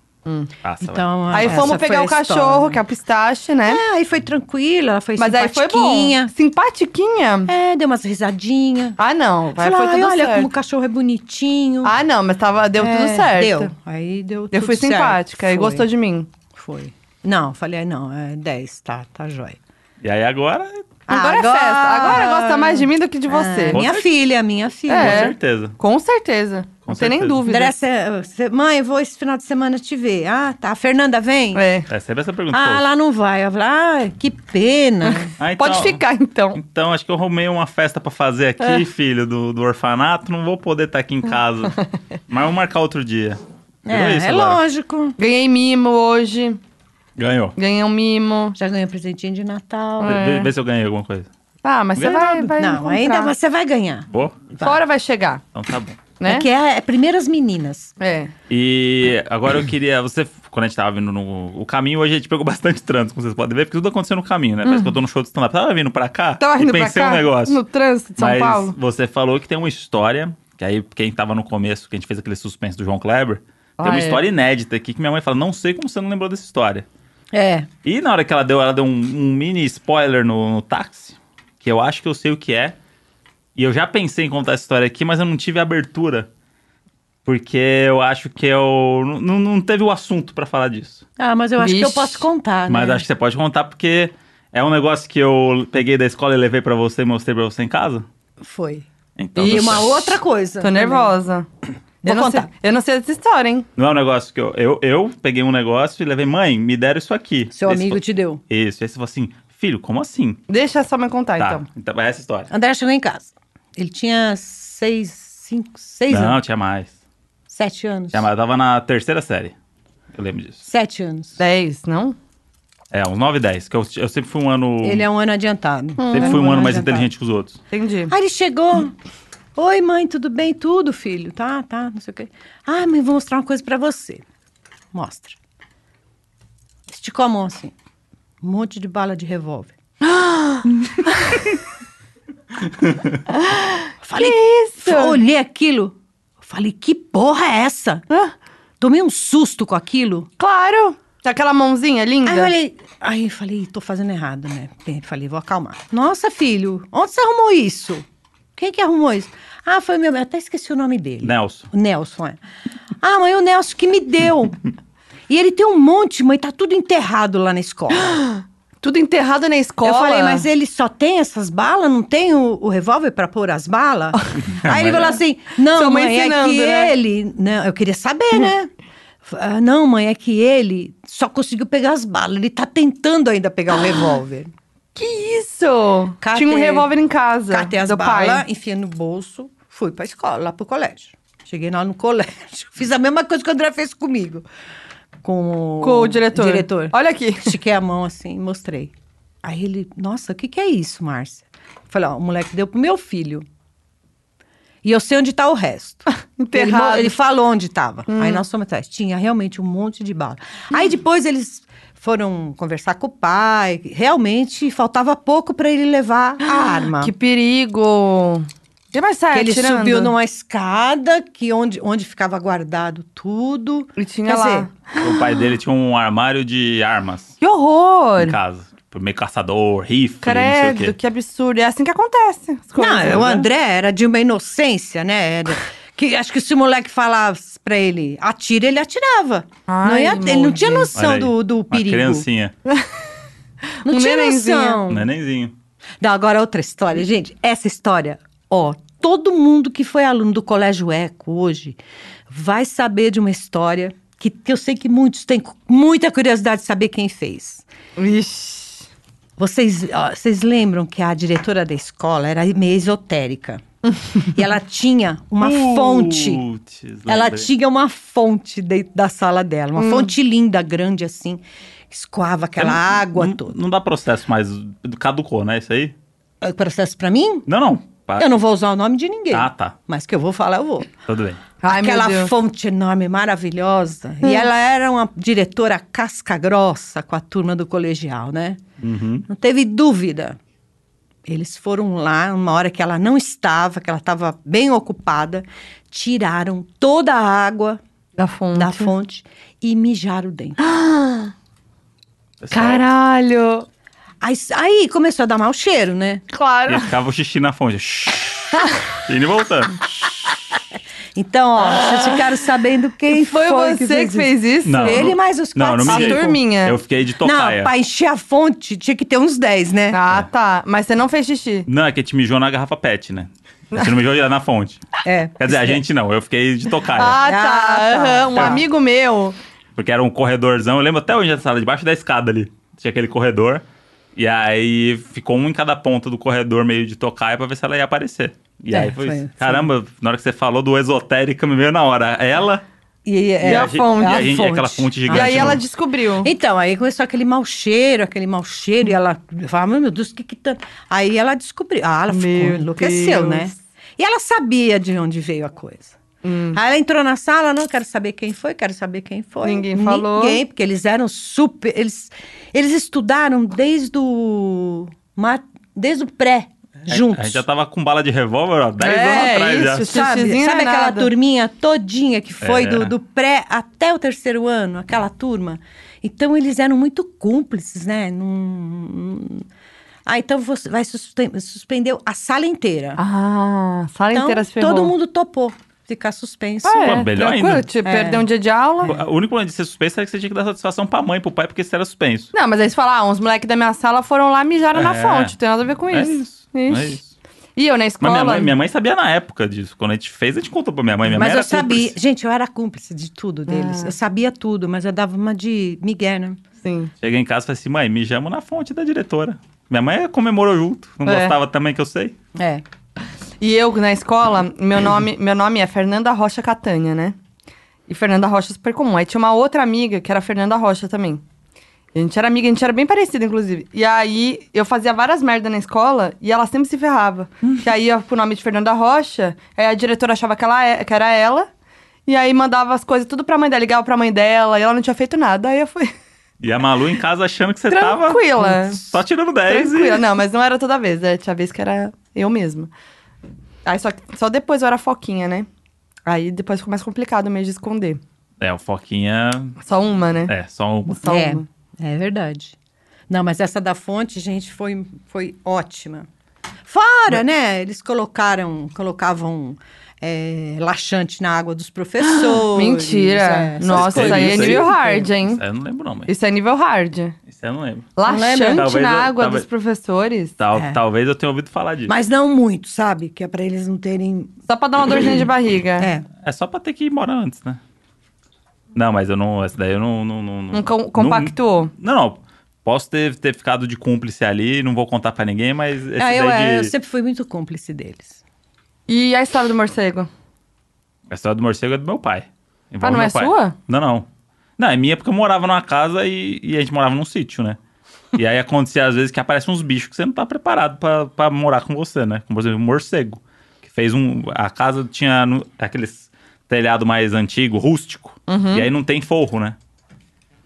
A: Passa, vai.
C: Então,
B: aí
C: essa
B: fomos
C: foi
B: pegar
C: a
B: o cachorro,
C: história.
B: que é o pistache, né?
C: É, aí foi tranquilo, ela foi
B: Mas aí foi bom.
C: É, simpatiquinha.
B: Simpatiquinha?
C: É, deu umas risadinhas.
B: Ah, não. Vai,
C: Falou,
B: foi
C: "Ai,
B: tudo
C: olha
B: certo.
C: como o cachorro é bonitinho.
B: Ah, não, mas tava, deu
C: É,
B: tudo certo.
C: Deu. Aí deu tudo
B: Eu fui
C: certo.
B: simpática e
C: Foi,
B: gostou de mim.
C: Foi. Não, falei, "Ah, não, é 10, tá, tá jóia.
A: E aí agora,
C: Ah,
B: Agora,
C: agora-
B: é festa. Agora gosta mais de mim do que de você.
C: É, minha
A: certeza.
C: filha, minha filha.
A: com
B: É.
A: certeza.
B: Com certeza.
A: Com
B: não tem nem
A: certeza.
B: dúvida.
C: André, cê- cê- mãe, eu vou esse final de semana te ver. Ah, tá. Fernanda, vem?
B: É.
A: É sempre essa pergunta.
C: Ah,
A: pô.
C: lá não vai. Eu falei, ah, que pena.
A: Ah, então-
B: Pode ficar, então.
A: Então, acho que eu arrumei uma festa pra fazer aqui,
C: É.
A: filho, do, do orfanato. Não vou poder estar aqui em casa. Mas vamos marcar outro dia. Virou
C: é,
A: isso
C: é
A: agora.
C: lógico.
B: Ganhei mimo hoje.
A: Ganhou.
B: Ganhei um mimo.
C: Já ganhou presentinho de Natal.
B: É,
A: Vê, vê se eu ganhei alguma coisa.
B: Ah, mas você
A: Ganhei
B: vai,
A: nada.
B: vai.
C: Não,
B: encontrar.
C: ainda você vai ganhar.
A: Boa?
B: Fora vai chegar,
A: Então tá bom.
B: né?
C: Tá. É que é, é primeiras meninas.
B: É.
A: E agora eu queria. Você, quando a gente tava vindo no. O caminho hoje a gente pegou bastante trânsito, como vocês podem ver, porque tudo aconteceu no caminho, né? Parece que eu tô no show de stand-up. Tava vindo pra cá
B: Tava
A: e
B: Tá indo pra
A: pensei
B: cá,
A: um negócio.
B: no trânsito de São
A: Mas
B: Paulo.
A: você falou que tem uma história, que aí quem tava no começo, que a gente fez aquele suspense do João Kleber,
B: Ah,
A: tem uma
B: é.
A: história inédita aqui que minha mãe fala: não sei como você não lembrou dessa história.
C: É.
A: E na hora que ela deu, ela deu um, um mini spoiler no, no táxi, que eu acho que eu sei o que é. E eu já pensei em contar essa história aqui, mas eu não tive abertura. Porque eu acho que eu. n- n- Não teve o assunto pra falar disso.
C: Ah, mas eu acho que eu
B: Vixe.
C: posso contar, né?
A: Mas acho que você pode contar, porque é um negócio que eu peguei da escola e levei pra você e mostrei pra você em casa.
C: Foi.
A: Então,
C: E
A: você-
C: uma outra coisa.
B: Tô nervosa.
C: Vou
B: eu não
C: contar.
B: Sei, eu não sei dessa história, hein?
A: Não é um negócio que eu, eu. Eu peguei um negócio e levei, mãe, me deram isso aqui.
C: Seu
A: Aí você
C: amigo
A: falou-
C: te deu.
A: Isso. Aí você falou assim, filho, como assim?
B: Deixa só me
C: Ah,
B: contar,
A: tá.
B: então.
A: Então é essa a história.
C: André chegou em casa. Ele tinha seis, cinco, seis
A: Não,
C: anos.
A: tinha mais.
C: Sete anos.
A: Chama- Eu tava na terceira série. Eu lembro disso.
C: Sete anos.
B: 10, não?
A: É, uns 9 e 10. Que eu, eu sempre fui um ano.
C: Ele é um ano adiantado.
A: Sempre fui um ano mais inteligente que os outros.
B: Entendi.
C: Aí ele chegou. Oi, mãe, tudo bem? Tudo, filho. Tá, tá, não sei o quê. Ah, mãe, vou mostrar uma coisa pra você. Mostra. Esticou a mão assim. Um monte de bala de revólver. Falei,
B: isso?
C: Olhei aquilo. Falei, que porra é essa?
B: Ah,
C: Tomei um susto com aquilo.
B: claro! Tá Aquela mãozinha linda.
C: Aí eu olhei, aí eu falei, tô fazendo errado, né? Bem, Falei, vou acalmar. Nossa, filho, onde você arrumou isso? Quem que arrumou isso? Ah, foi meu, eu até esqueci o nome dele.
A: Nelson.
C: O Nelson, é. Ah, mãe, o Nelson que me deu. e ele tem um monte, mãe, tá tudo enterrado lá na escola.
B: Tudo enterrado na escola.
C: Eu falei, mas ele só tem essas balas? Não tem o, o revólver pra pôr as balas? Aí ele falou assim, não,
B: é. Sua mãe
C: mãe, é
B: ensinando,
C: que
B: né?
C: ele... Não, eu queria saber, né? Ah, não, mãe, é que ele só conseguiu pegar as balas. Ele tá tentando ainda pegar o revólver.
B: Que isso?
C: Catei-
B: Tinha um revólver em casa.
C: Catei as
B: do
C: balas,
B: pai.
C: enfiei no bolso, fui pra escola, lá pro colégio. Cheguei lá no colégio. Fiz a mesma coisa que o André fez comigo. Com o,
B: Com o diretor.
C: diretor.
B: Olha aqui.
C: Estiquei a mão assim e mostrei. Aí ele, nossa, o que, que é isso, Márcia? Falei, ó, o moleque deu pro meu filho. E eu sei onde tá o resto.
B: Enterrado. Hum.
C: Ele, mo- ele falou onde tava. Aí nós fomos atrás. Tinha realmente um monte de bala. Aí depois eles foram conversar com o pai. Realmente faltava pouco pra ele levar a arma.
B: Ah, Que perigo. Você vai sair
C: Que ele
B: atirando?
C: subiu numa escada que onde, onde ficava guardado tudo.
B: E tinha
C: Quer
B: lá.
C: dizer,
A: O pai dele tinha um armário de armas
B: Que
A: em
B: horror.
A: casa. Tipo, meio caçador, rifle, não sei
B: Credo,
A: o quê.
B: que absurdo. É assim que acontece. as coisas,
C: Não, o
B: né?
C: André era de uma inocência, né? Era- que, acho que se o moleque falasse pra ele, atira, ele atirava. não
B: Ai,
C: ia- ele não tinha
B: Mogi.
A: Olha
C: noção
A: aí,
C: do, do
A: Uma
C: perigo.
A: criancinha,
C: Não
B: Um
C: tinha
B: nenenzinho.
C: noção.
A: um nenenzinho.
C: Não, agora outra história, gente. Essa história, ó, todo mundo que foi aluno do Colégio Eco hoje vai saber de uma história que, que eu sei que muitos têm cu- muita curiosidade de saber quem fez.
B: Ixi.
C: Vocês, ó, vocês lembram que a diretora da escola era meio esotérica. e ela tinha uma fonte.
A: Putz,
C: Ela
A: Uh, lembrei. Hum.
C: tinha uma fonte dentro da sala dela, uma fonte linda, grande assim, que escoava aquela
A: Não-
C: água
A: não,
C: toda.
A: Não dá processo mais. Caducou, né? Isso aí?
C: É o Processo pra mim?
A: Não, não. pa-
C: Eu não vou usar o nome de ninguém.
A: Ah, tá.
C: Mas que eu vou falar, eu vou.
A: Tudo bem.
B: Ai,
C: Aquela
B: meu Deus. Hum.
C: fonte enorme, maravilhosa. E ela era uma diretora casca grossa com a turma do colegial, né?
A: Uhum.
C: Não teve dúvida. Eles foram lá, uma hora que ela não estava, que ela estava bem ocupada, tiraram toda a água
B: Da fonte.
C: da fonte e mijaram dentro.
A: Pessoal,
B: Caralho.
C: Aí, aí começou a dar mau cheiro, né?
B: Claro.
A: E ficava o xixi na fonte. Indo e voltando.
C: Então, ó, vocês ficaram sabendo quem
B: Foi,
C: foi,
B: você que fez isso?
A: Não.
C: Ele mais os
A: Não,
C: quatro,
A: não me
B: A
A: dei.
B: turminha.
A: Eu fiquei de
C: Não,
A: tocaia.
C: pra encher a fonte tinha que ter uns 10, né?
B: Ah, tá. Mas você não fez xixi.
A: É. Não, é que a gente mijou na garrafa PET, né? A gente não mijou na fonte.
C: É.
A: Quer dizer, a gente não, eu fiquei de tocaia.
B: Ah,
C: Ah,
B: tá.
C: tá.
B: Aham, Um
C: Tá.
B: amigo meu.
A: Porque era um corredorzão, eu lembro até hoje da sala, debaixo da escada ali. Tinha aquele corredor. E aí ficou um em cada ponta do corredor, meio de tocaia, pra ver se ela ia aparecer. E
C: É,
A: aí foi,
C: foi-
A: isso.
C: foi.
A: Caramba, na hora que você falou do esotérica, me veio na hora. Ela
C: E, é,
A: e
B: a
A: gente-
B: fonte.
A: E
C: A
A: a gente,
C: fonte.
A: aquela fonte
C: E
A: gigante.
B: e aí ela
A: no-
B: descobriu.
C: Então, aí começou aquele mau cheiro, aquele mau cheiro, e ela falava, meu Deus, o que que tanto. Aí ela descobriu. Ah, ela
B: Meu
C: ficou, enlouqueceu,
B: Deus. Hum.
C: né? E ela sabia de onde veio a coisa. Aí ela entrou na sala, não, quero saber quem foi, quero saber quem foi.
B: Ninguém falou.
C: Ninguém, porque eles eram super. Eles, eles estudaram desde o. ma- Desde o pré,
A: A-
C: juntos.
A: A gente já tava com bala de revólver, ó, 10
B: É,
A: anos atrás
B: isso,
A: já.
B: sim. xixizinho não
C: Sabe, sabe
B: é
C: aquela
B: nada.
C: turminha todinha que foi
A: É.
C: do, do pré até o terceiro ano, aquela turma? Então eles eram muito cúmplices, né? Num... Ah, então você vai suspen- suspendeu a sala inteira.
B: Ah, a sala
C: então,
B: inteira se ferrou.
C: todo mundo topou ficar suspenso.
B: Ah,
A: Pô,
B: é,
A: melhor
B: tranquilo,
A: ainda.
B: tipo,
C: É.
B: perder um dia de aula.
A: O único problema de ser suspenso era que você tinha que dar satisfação pra mãe, e pro pai, porque você era suspenso.
B: Não, mas aí você fala, ah, uns moleques da minha sala foram lá e mijaram na
A: É.
B: fonte. Não tem nada a ver com
A: É
B: isso.
A: isso, é
B: Ixi.
A: isso.
B: E eu na
A: Mas
B: escola.
A: minha mãe, minha mãe sabia na época disso. Quando a gente fez, a gente contou pra minha mãe. Minha
C: mas
A: mãe
C: eu
A: era
C: sabia,
A: cúmplice.
C: gente, eu era cúmplice de tudo
B: Ah.
C: deles. Eu sabia tudo, mas eu dava uma de Miguel, né?
B: Sim.
A: Cheguei em casa e falei assim, mãe, mijamos na fonte da diretora. Minha mãe comemorou junto. Não
B: É.
A: gostava também que eu sei.
C: É.
B: E eu na escola, meu nome, meu nome é Fernanda Rocha Catânia, né? E Fernanda Rocha é super comum. Aí tinha uma outra amiga que era Fernanda Rocha também. E a gente era amiga, a gente era bem parecida, inclusive. E aí eu fazia várias merdas na escola e ela sempre se ferrava. que aí ia pro nome de Fernanda Rocha, aí a diretora achava que, ela é- que era ela. E aí mandava as coisas tudo pra mãe dela, ligava pra mãe dela, e ela não tinha feito nada. Aí eu fui.
A: E a Malu em casa achando que você tava...
B: Tranquila.
A: putz, Só tirando 10
B: Tranquila.
A: e...
B: Não, mas não era toda vez, né? Tinha vez que era eu mesma. Aí só, que- só depois eu era foquinha, né? Aí depois ficou mais complicado mesmo de esconder.
A: É, o Foquinha...
B: Só uma, né?
A: É, só uma.
B: Só
C: é,
B: uma.
C: é verdade. Não, mas essa da fonte, gente, foi, foi ótima. Fora, né? Eles colocaram, colocavam é, laxante na água dos professores.
B: Mentira.
C: é, essas
B: Nossa,
A: Teve
B: isso aí é
A: isso aí?
B: nível hard, hein?
A: Isso aí eu não lembro não, mas...
B: Isso é nível hard.
A: Isso aí eu não lembro.
B: Laxante
A: Talvez
B: na
A: eu-
B: água
A: talvez- Tá.
B: dos professores.
A: Tal-
C: É.
A: Talvez eu tenha ouvido falar disso.
C: Mas não muito, sabe? Que é pra eles não terem...
B: Só pra dar uma dorzinha de barriga.
C: É.
A: É só pra ter que ir embora antes, né? Não, mas eu não... Essa daí eu não... Não, não, não-
B: Não com- compactuou.
A: Não, não. Posso ter, ter ficado de cúmplice ali, não vou contar pra ninguém, mas esse
C: Ah,
A: daí
C: eu, é, eu
A: de-
C: sempre fui muito cúmplice deles.
B: E a história do morcego?
A: A história do morcego é do meu pai. Envolve
B: Ah, não
A: meu
B: é
A: pai.
B: sua?
A: Não, não. Não, é minha porque eu morava numa casa e, e a gente morava num sítio, né? E aí acontecia às vezes que aparecem uns bichos que você não tá preparado pra, pra morar com você, né? Como, por exemplo, um morcego. Que fez um... A casa tinha no- aqueles telhado mais antigo, rústico.
B: Uhum.
A: E aí não tem forro, né?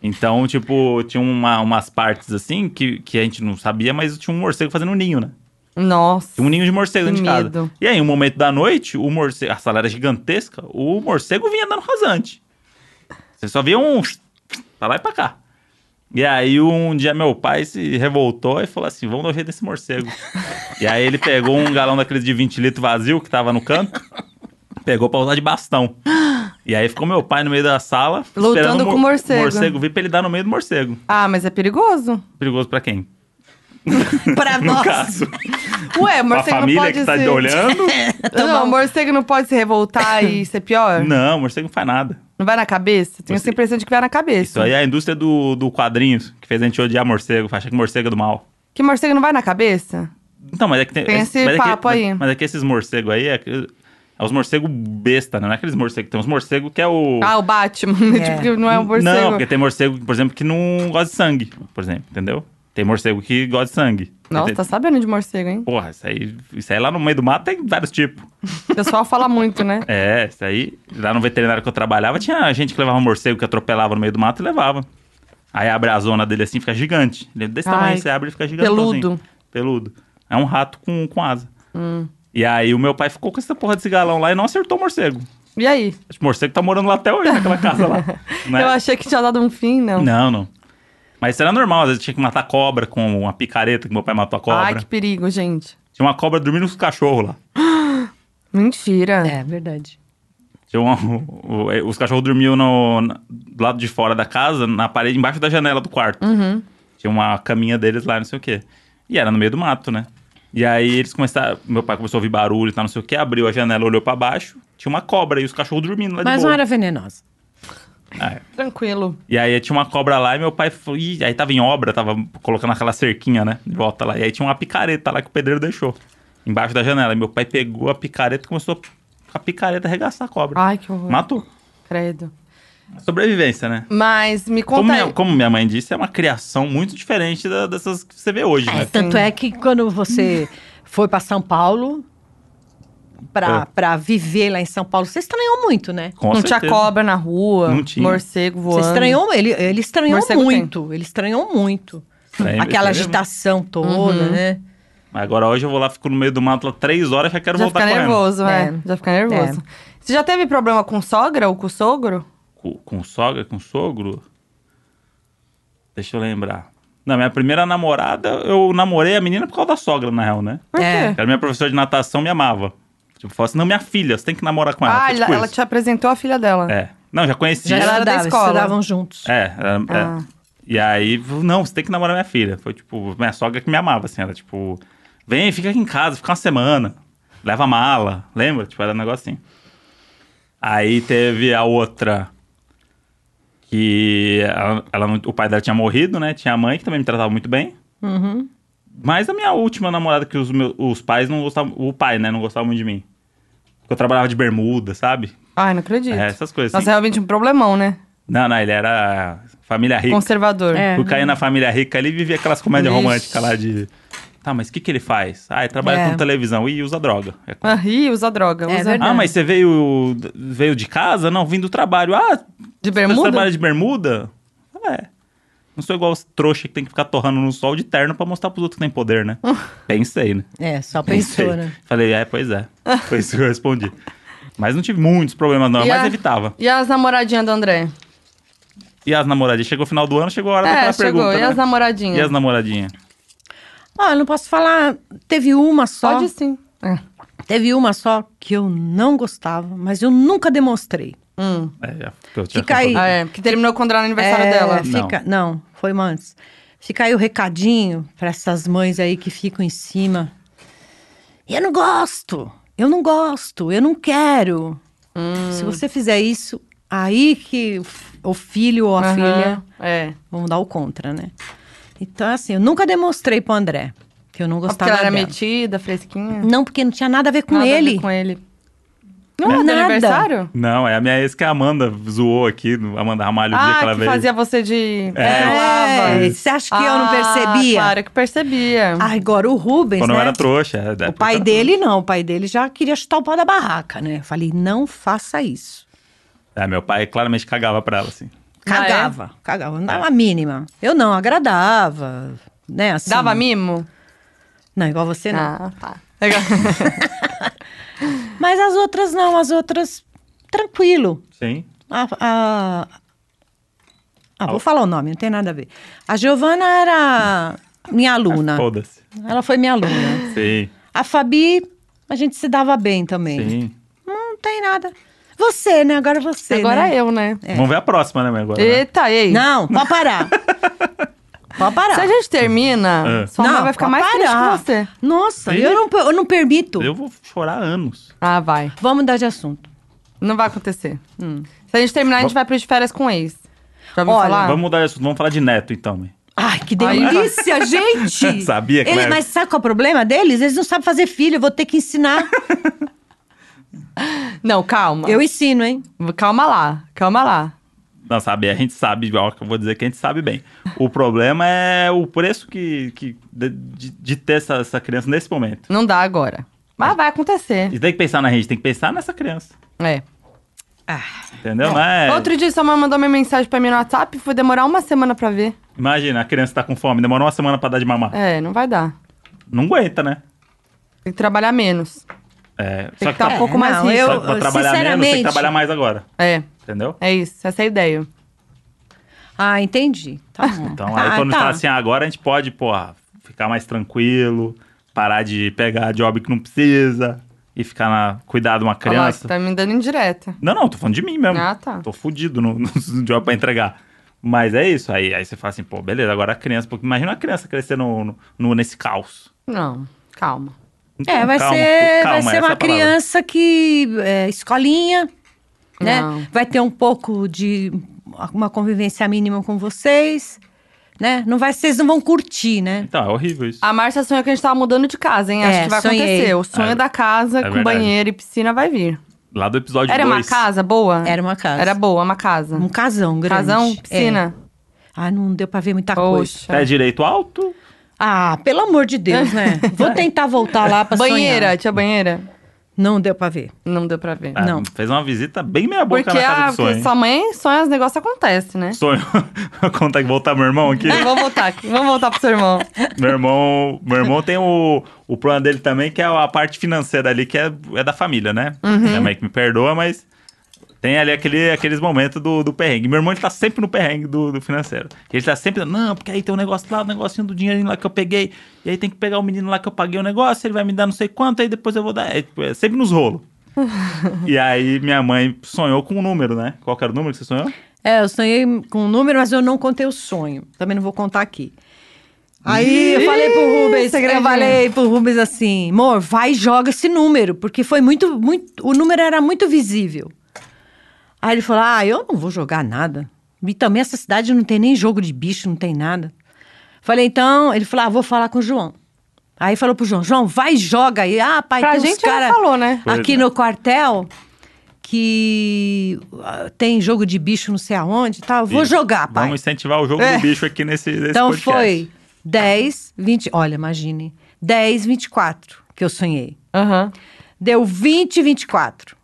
A: Então, tipo, tinha uma- umas partes assim que, que a gente não sabia, mas tinha um morcego fazendo um ninho, né?
B: Nossa.
A: Tinha um ninho de morcego
B: Que
A: dentro de
B: medo.
A: casa. E aí, um momento da noite, o morcego, a sala era gigantesca, o morcego vinha dando rasante. Você só via um pra lá e pra cá. E aí, um dia, meu pai se revoltou e falou assim: vamos dar um jeito desse morcego. e aí, ele pegou um galão daqueles de 20 litros vazio que tava no canto, pegou pra usar de bastão. E aí, ficou meu pai no meio da sala,
B: Lutando
A: esperando
B: com
A: mor-
B: o morcego.
A: morcego vir pra ele dar no meio do morcego.
B: Ah, mas é perigoso.
A: Perigoso pra quem?
C: Pra
A: No
C: nós.
A: caso,
B: Ué, o
A: pra
B: morcego não
A: família
B: pode
A: que tá
B: se...
A: olhando.
B: Não, o morcego não pode se revoltar e ser pior? Não,
A: Não, o morcego não faz nada.
B: vai na cabeça? Tenho essa
A: Você-
B: impressão de que vai na cabeça.
A: Isso aí é a indústria do, do quadrinho, que fez a gente odiar morcego, achar que morcego é do mal.
B: Que morcego não vai na cabeça?
A: Então, mas é que tem.
B: Tem
A: é-
B: esse
A: mas é que-
B: papo aí.
A: Mas, mas é que esses morcegos aí é, que- é os morcegos besta, né? Não é aqueles morcegos. Tem uns morcegos que é o.
B: Ah, o Batman. né?
C: É.
B: tipo, que não é um morcego.
A: Não, porque tem morcego, por exemplo, que não gosta de sangue, por exemplo, entendeu? Tem morcego que gosta de sangue.
B: Nossa,
A: Tem-
B: tá sabendo de morcego, hein?
A: Porra, isso aí, isso aí lá no meio do mato tem vários tipos.
B: O pessoal fala muito, né?
A: É, isso aí. Lá no veterinário que eu trabalhava, tinha gente que levava um morcego que atropelava no meio do mato e levava. Aí abre a zona dele assim, fica gigante. Ele é desse
B: Ai,
A: tamanho, você abre e fica gigantão. assim.
B: peludo. Hum.
A: Peludo. É um rato com, com asa. E aí o meu pai ficou com essa porra desse galão lá e não acertou o morcego.
B: E aí?
A: Acho que O morcego tá morando lá até hoje, naquela casa lá. né?
B: Eu achei que tinha dado um fim, não.
A: Não, não. Mas isso era normal, às vezes tinha que matar cobra com uma picareta que meu pai matou a cobra.
B: Ai, que perigo, gente.
A: Tinha uma cobra dormindo com os cachorros lá.
B: Mentira.
C: É, verdade.
A: Tinha um- o- eh, os cachorros dormiam no, na- do lado de fora da casa, na parede, embaixo da janela do quarto.
C: Uhum.
A: Tinha uma caminha deles lá, não sei o quê. E era no meio do mato, né? E aí eles começaram. Meu pai começou a ouvir barulho e tal, não sei o quê, abriu a janela, olhou pra baixo, tinha uma cobra e os cachorros dormindo lá
C: Mas
A: de
C: não
A: boa.
C: era venenosa.
A: Ah, é.
B: Tranquilo.
A: E aí tinha uma cobra lá e meu pai falou. Ih, aí tava em obra, tava colocando aquela cerquinha, né? De volta lá. E aí tinha uma picareta lá que o pedreiro deixou. Embaixo da janela. E meu pai pegou a picareta e começou a picareta arregaçar a cobra.
C: Ah.
B: Ai, que horror.
A: Matou.
B: Credo.
A: Sobrevivência, né?
B: Mas me
A: Como
B: conta aí.
A: minha, como minha mãe disse, é uma criação muito diferente da- dessas que você vê hoje, né?
B: então.
C: Tanto é que quando você foi pra São Paulo, pra,
A: É.
C: pra viver lá em São Paulo, você estranhou muito, né?
A: Com
B: não
A: certeza.
B: tinha cobra na rua,
A: Não tinha.
B: morcego voando.
C: Você estranhou, ele, ele estranhou
B: Morcego
C: muito. Ele estranhou muito.
A: Estranhei-
C: Aquela
A: estranhei muito.
C: agitação toda,
B: Uhum.
C: né?
A: Agora hoje eu vou lá, fico no meio do mato lá três horas, já quero
B: Já
A: voltar
B: fica
A: correndo.
B: nervoso, é.
C: É.
B: Já fica nervoso.
A: É.
B: Você já teve problema com sogra ou com sogro?
A: Com, com sogra, com sogro? Deixa eu lembrar. Não, minha primeira namorada, eu namorei a menina por causa da sogra, na real, né?
B: Por
C: É.
B: quê?
A: Era minha professora de natação, me amava. Tipo, falou assim, não, minha filha, você tem que namorar com ela.
B: Ah,
A: Foi tipo
B: ela, ela
A: isso.
B: te apresentou a filha dela.
A: É. Não, já conhecia.
C: Já
B: Ela era da
C: estudavam,
B: escola.
C: estudavam juntos.
A: É, era- é.
B: Ah.
A: E aí, falou, não, você tem que namorar minha filha. Foi tipo, minha sogra que me amava, assim, era tipo, vem, fica aqui em casa, fica uma semana, leva mala, lembra? Tipo, era um negócio assim. Aí teve a outra que ela, ela não- o pai dela tinha morrido, né? Tinha a mãe que também me tratava muito bem.
B: Uhum.
A: Mas a minha última namorada que os meus os pais não gostavam, o pai, né, não gostava muito de mim. Porque eu trabalhava de bermuda, sabe?
B: Ai, não acredito.
A: É, essas coisas.
B: Nossa,
A: Assim.
B: é realmente um problemão, né?
A: Não, não, ele era família rica.
B: Conservador.
C: É.
A: Fui cair na família rica ali e vivia aquelas comédias
B: Vixe.
A: românticas lá de. Tá, mas o que, que ele faz? Ah, ele trabalha
C: É.
A: com televisão e usa droga. É com-
B: Ah, e usa droga.
C: É
B: usa
C: verdade.
A: Ah, mas você veio, veio de casa? Não, vim do trabalho. Ah,
B: de
A: você
B: bermuda.
A: trabalha de bermuda? Ah, é. Não sou igual os trouxa que tem que ficar torrando no sol de terno pra mostrar pros outros que tem poder, né? Pensei, né?
C: É, só pensou,
A: Pensei.
C: né?
A: Falei, é, pois é. Foi isso que eu respondi. Mas não tive muitos problemas, não.
B: E
A: mas
B: a-
A: evitava.
B: E as namoradinhas do André?
A: E as namoradinhas? Chegou o final do ano, chegou a hora
B: é,
A: daquela
B: chegou.
A: pergunta.
B: e as
A: né?
B: namoradinhas?
A: E as namoradinhas?
C: Ah, eu não posso falar. Teve uma só.
B: Pode sim. É.
C: Teve uma só que eu não gostava, mas eu nunca demonstrei.
B: Hum.
A: É, já, que eu tinha
C: Fica aí.
B: Ah, é, que terminou quando era no aniversário
C: É,
B: dela.
C: Fica, não. foi antes. Fica aí o recadinho pra essas mães aí que ficam em cima. Eu não gosto, eu não gosto, eu não quero.
B: Hum.
C: Se você fizer isso, aí que o f- o filho ou a
B: Aham,
C: filha
B: É.
C: vão dar o contra, né? Então, assim, eu nunca demonstrei pro André que eu não
B: Porque
C: gostava
B: ela era
C: dela.
B: metida, fresquinha.
C: Não, porque não tinha nada a ver tá com
B: Nada a ver
C: ele.
B: com ele. Não era do
C: Nada.
B: aniversário?
A: Não, é a minha ex que a Amanda zoou aqui, no- Amanda Ramalho, o dia
B: Ah,
A: que ela
B: que
A: veio.
B: fazia você de...
C: É,
B: Ela-
C: você acha que eu não
B: Ah,
C: percebia? Ah,
B: Claro que percebia.
C: Agora, o Rubens,
A: Quando
C: né?
A: eu era trouxa. é, da
C: O
A: época
C: pai
A: eu-
C: dele não, o pai dele já queria chutar o pau da barraca, né? Eu falei, não faça isso.
A: É, meu pai claramente cagava pra ela, assim.
B: Ah, é?
C: Cagava, cagava, não dava a mínima. Eu não, agradava, né? Assim,
B: Dava mimo?
C: Não, igual você não.
B: Ah, tá. Legal.
C: Mas as outras não, as outras, tranquilo.
A: Sim.
C: A, a- Ah, vou falar o nome, não tem nada a ver. A Giovana era minha aluna.
A: Foda-se.
C: Ela foi minha aluna.
A: Sim,
C: A Fabi, a gente se dava bem também.
A: sim.
C: Não tem nada. Você, né? Agora você.
B: Agora
C: né?
B: eu, né?
A: Vamos ver a próxima, né, mãe, agora. né?
B: Eita, ei.
C: Não, pode parar. pode parar.
B: Se a gente termina,
A: É.
B: sua mãe
C: Não,
B: vai ficar
C: pode
B: mais triste
C: parar.
B: que você.
C: Nossa,
A: Ih.
C: eu não, eu não permito.
A: Eu vou chorar anos.
B: Ah, vai. Hum.
C: Vamos mudar de assunto.
B: Não vai acontecer. Se a gente terminar, a gente vai pro de férias com ex. Já ouviu
C: Olha,
B: falar?
A: Vamos mudar de assunto, vamos falar de neto, então, mãe.
C: Ai, que
B: Aí-
C: delícia, gente!
A: Sabia que
C: Ele-
A: era-
C: Mas sabe qual é o problema deles? Eles não sabem fazer filho, eu vou ter que ensinar.
B: Não, calma.
C: eu ensino, hein?
B: Calma lá, calma lá.
A: Não, sabe, a gente sabe, ó, que eu vou dizer que a gente sabe bem. O problema é o preço que, que de, de- de ter essa, essa criança nesse momento.
B: Não dá agora. Mas vai acontecer.
A: E tem que pensar na gente, tem que pensar nessa criança.
B: É.
C: Um
A: Entendeu? Não é-
B: Outro dia sua mãe mandou uma mensagem pra mim no WhatsApp, foi demorar uma semana pra ver.
A: Imagina, a criança tá com fome, demora uma semana pra dar de mamar.
B: É, não vai dar.
A: Não aguenta, né?
B: Tem que trabalhar menos.
A: É,
B: Tem
A: só
B: que tá um pouco mais
C: não,
B: rico.
C: eu-
A: só que pra trabalhar menos, tem
C: sinceramente-
A: que trabalhar mais agora.
B: É,
A: Entendeu?
B: é isso, essa é a ideia.
C: Ah, entendi. Tá bom.
A: Então,
C: tá,
A: aí quando
C: tá.
A: tá assim, ah, agora a gente pode, porra, ficar mais tranquilo, parar de pegar job que não precisa e ficar na. cuidar de uma
B: Olha lá,
A: criança.
B: você tá me dando indireta.
A: Não, não, tô falando de mim mesmo.
B: Ah, tá.
A: Tô fudido no, no job pra entregar. Mas é isso. Aí, aí você fala assim, pô, beleza, agora a criança. Porque imagina a criança crescer no, no- no- nesse caos.
B: Não, calma.
A: Então,
C: É, vai
A: calma, calma,
C: ser, vai ser
A: essa é
C: uma
A: a palavra.
C: criança que é escolinha, né?
B: Não.
C: Vai ter um pouco de uma convivência mínima com vocês, né? Não vai, vocês não vão curtir, né?
A: Então, é horrível isso.
B: A Márcia sonhou que a gente tava mudando de casa, hein? Acho
C: É,
B: que vai
C: sonhei.
B: acontecer. O sonho
A: É,
B: da casa
A: é
B: com
A: verdade.
B: banheiro e piscina vai vir.
A: Lá do episódio 2.
B: Era uma casa boa?
C: Era uma casa.
B: Ah. Era boa, uma casa.
C: Um casão grande.
B: Casão, piscina.
C: É. Ah, não deu pra ver muita coisa.
B: Poxa.
A: Pé direito alto.
C: Ah, pelo amor de Deus, né? Vou tentar voltar lá pra
B: banheira,
C: sonhar.
B: tinha banheira?
C: Não deu pra ver.
B: Não deu pra ver.
A: Ah,
C: Não.
A: Fez uma visita bem meia boca
B: Porque,
A: na casa
B: a,
A: do sonho.
B: porque sua mãe sonha, os negócios acontecem, né?
A: Sonho. Conta que voltar meu irmão aqui.
B: Vamos voltar aqui, vamos voltar pro seu irmão.
A: meu irmão, meu irmão tem o, o plano dele também, que é a parte financeira ali, que é, é da família, né?
B: Uhum.
A: Minha mãe que me perdoa, mas tem ali aquele, aqueles momentos do, do perrengue. Meu irmão, ele tá sempre no perrengue do, do financeiro. Ele tá sempre, não, porque aí tem um negócio lá, o negocinho do dinheirinho lá que eu peguei, e aí tem que pegar o menino lá que eu paguei o negócio, ele vai me dar não sei quanto, aí depois eu vou dar. É, tipo, é sempre nos rolos. e aí minha mãe sonhou com um número, né? Qual que era o número que você sonhou?
C: É, eu sonhei com um número, mas eu não contei o sonho. Também não vou contar aqui. Aí eu falei pro Rubens, eu
B: segredinho.
C: falei pro Rubens assim, amor, vai e joga esse número, porque foi muito, muito, o número era muito visível. Aí ele falou, ah, eu não vou jogar nada. E também essa cidade não tem nem jogo de bicho, não tem nada. Falei, então, ele falou, ah, vou falar com o João. Aí falou pro João, João, vai e joga aí. Ah, pai,
B: Pra
C: tem uns
B: gente ela
C: cara
B: falou, né?
A: Pois
C: aqui
A: é.
C: no quartel que ah, tem jogo de bicho não sei aonde e tal. Vou
A: Isso.
C: jogar, pai.
A: Vamos incentivar o jogo
C: É.
A: do bicho aqui nesse, nesse
C: então
A: podcast.
C: foi 10, 20. Olha, imagine. 10, 24 que eu sonhei.
B: Aham.
C: Deu 20, 24.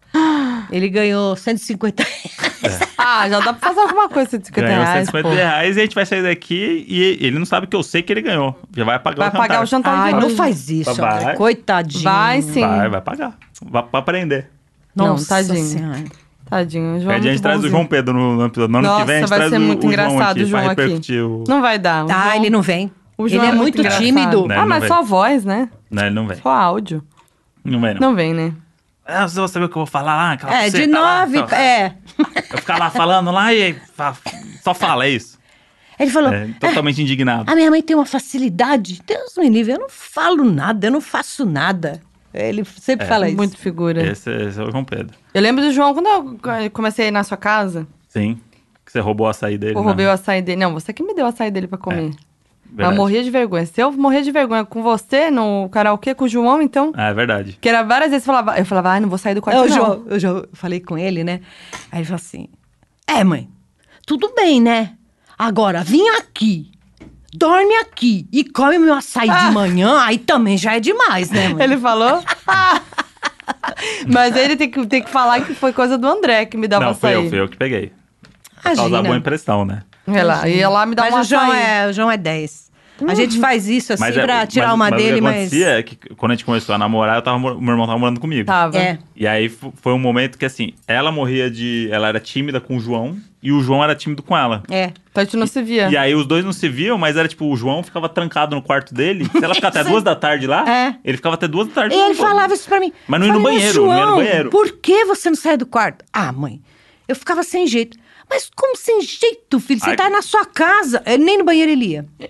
C: Ele ganhou 150 reais.
B: Ah, já dá pra fazer alguma coisa com 150
A: Ganhou
B: reais,
A: 150
B: pô.
A: reais e a gente vai sair daqui e ele não sabe que eu sei que ele ganhou. Já vai pagar
B: Vai
A: o jantar.
B: pagar o jantar
C: Ai,
B: de
C: não
B: hoje.
C: faz isso,
A: Vai.
C: André. Coitadinho.
B: Vai sim.
A: Ah, Vai, vai pagar. Vai pra aprender.
C: Nossa
B: Não, tadinho.
C: Senhora.
B: Tadinho, o João.
A: Aí
B: é
A: a gente
B: muito
A: traz o
B: bonzinho.
A: João Pedro no, no episódio. No ano
B: Nossa,
A: que vem a gente
B: vai
A: traz
B: ser
A: o,
B: muito
A: o João
B: engraçado
A: aqui
B: o João
A: pra
B: aqui.
A: repercutir o...
B: Não vai dar. o
C: Tá,
B: João-
C: ele não vem.
B: o
C: ele
B: João
C: é, muito
B: engraçado.
C: tímido.
A: Né?
B: Ah,
A: Não
B: mas
A: vem.
B: só voz, né?
A: Não, ele não vem.
B: Só áudio.
A: Não vem, não.
B: Não vem, né?
A: Ah, você vai saber o que eu vou falar lá? aquela
C: É, de
A: buceta lá,
C: nove.
A: então.
C: É.
A: Eu ficar lá falando lá e... fa- Só fala, é isso.
C: Ele falou,
A: É, totalmente
B: Ah,
A: indignado.
C: A minha mãe tem uma facilidade. Deus me livre, eu não falo nada, eu não faço nada. Ele
A: É.
C: sempre fala isso.
B: Muito figura.
A: Esse, esse é o João Pedro.
B: Eu lembro do João quando eu comecei a ir na sua casa.
A: Sim. Que você roubou a saída dele.
B: Eu
A: né?
B: roubei o açaí dele. Não, você que me deu o açaí dele pra comer. Mas
A: É, Verdade.
B: eu morria de vergonha. Se eu morrer de vergonha com você no karaokê com o João, então.
A: Ah, é verdade.
B: Que era várias vezes eu falava, eu falava, ai, não vou sair do quarto.
C: É, Eu
B: não.
C: já, eu já falei com ele, né? Aí ele falou assim: É, mãe, tudo bem, né? Agora, vim aqui, dorme aqui e come meu açaí
A: Ah.
C: de manhã, aí também já é demais, né, mãe?
B: Ele falou? Ah! Mas ele tem que, tem que falar que foi coisa do André que me dava
A: não, fui
B: açaí.
A: eu, fui eu que peguei. Pra causar
C: Imagina.
A: boa impressão, né?
B: Olha lá, ia lá me dar
C: Mas
B: um
C: o João
B: açaí. Uhum.
C: é, o João é 10. A gente faz isso assim
A: Mas é-
C: pra tirar
A: mas-
C: uma
A: mas
C: dele,
A: O que
C: mas.
A: acontecia é que quando a gente começou a namorar, eu tava, mor- meu irmão tava morando comigo.
B: Tava.
C: É.
A: E aí fo- foi um momento que, assim, ela morria de. Ela era tímida com o João e o João era tímido com ela.
C: É.
B: Então a gente não se via.
A: E aí os dois não se viam, mas era tipo, o João ficava trancado no quarto dele. Se ela ficar até duas da tarde lá,
C: É.
A: ele ficava até duas da tarde.
C: E ele falava isso pra mim.
A: Mas não ia no
C: Falei,
A: banheiro, não ia no
C: João,
A: banheiro."
C: Por que você não sai do quarto? Ah, mãe, eu ficava sem jeito. Mas como sem jeito, filho? Você
A: Ai.
C: tá na sua casa. Eh, Nem no banheiro ele ia.
A: E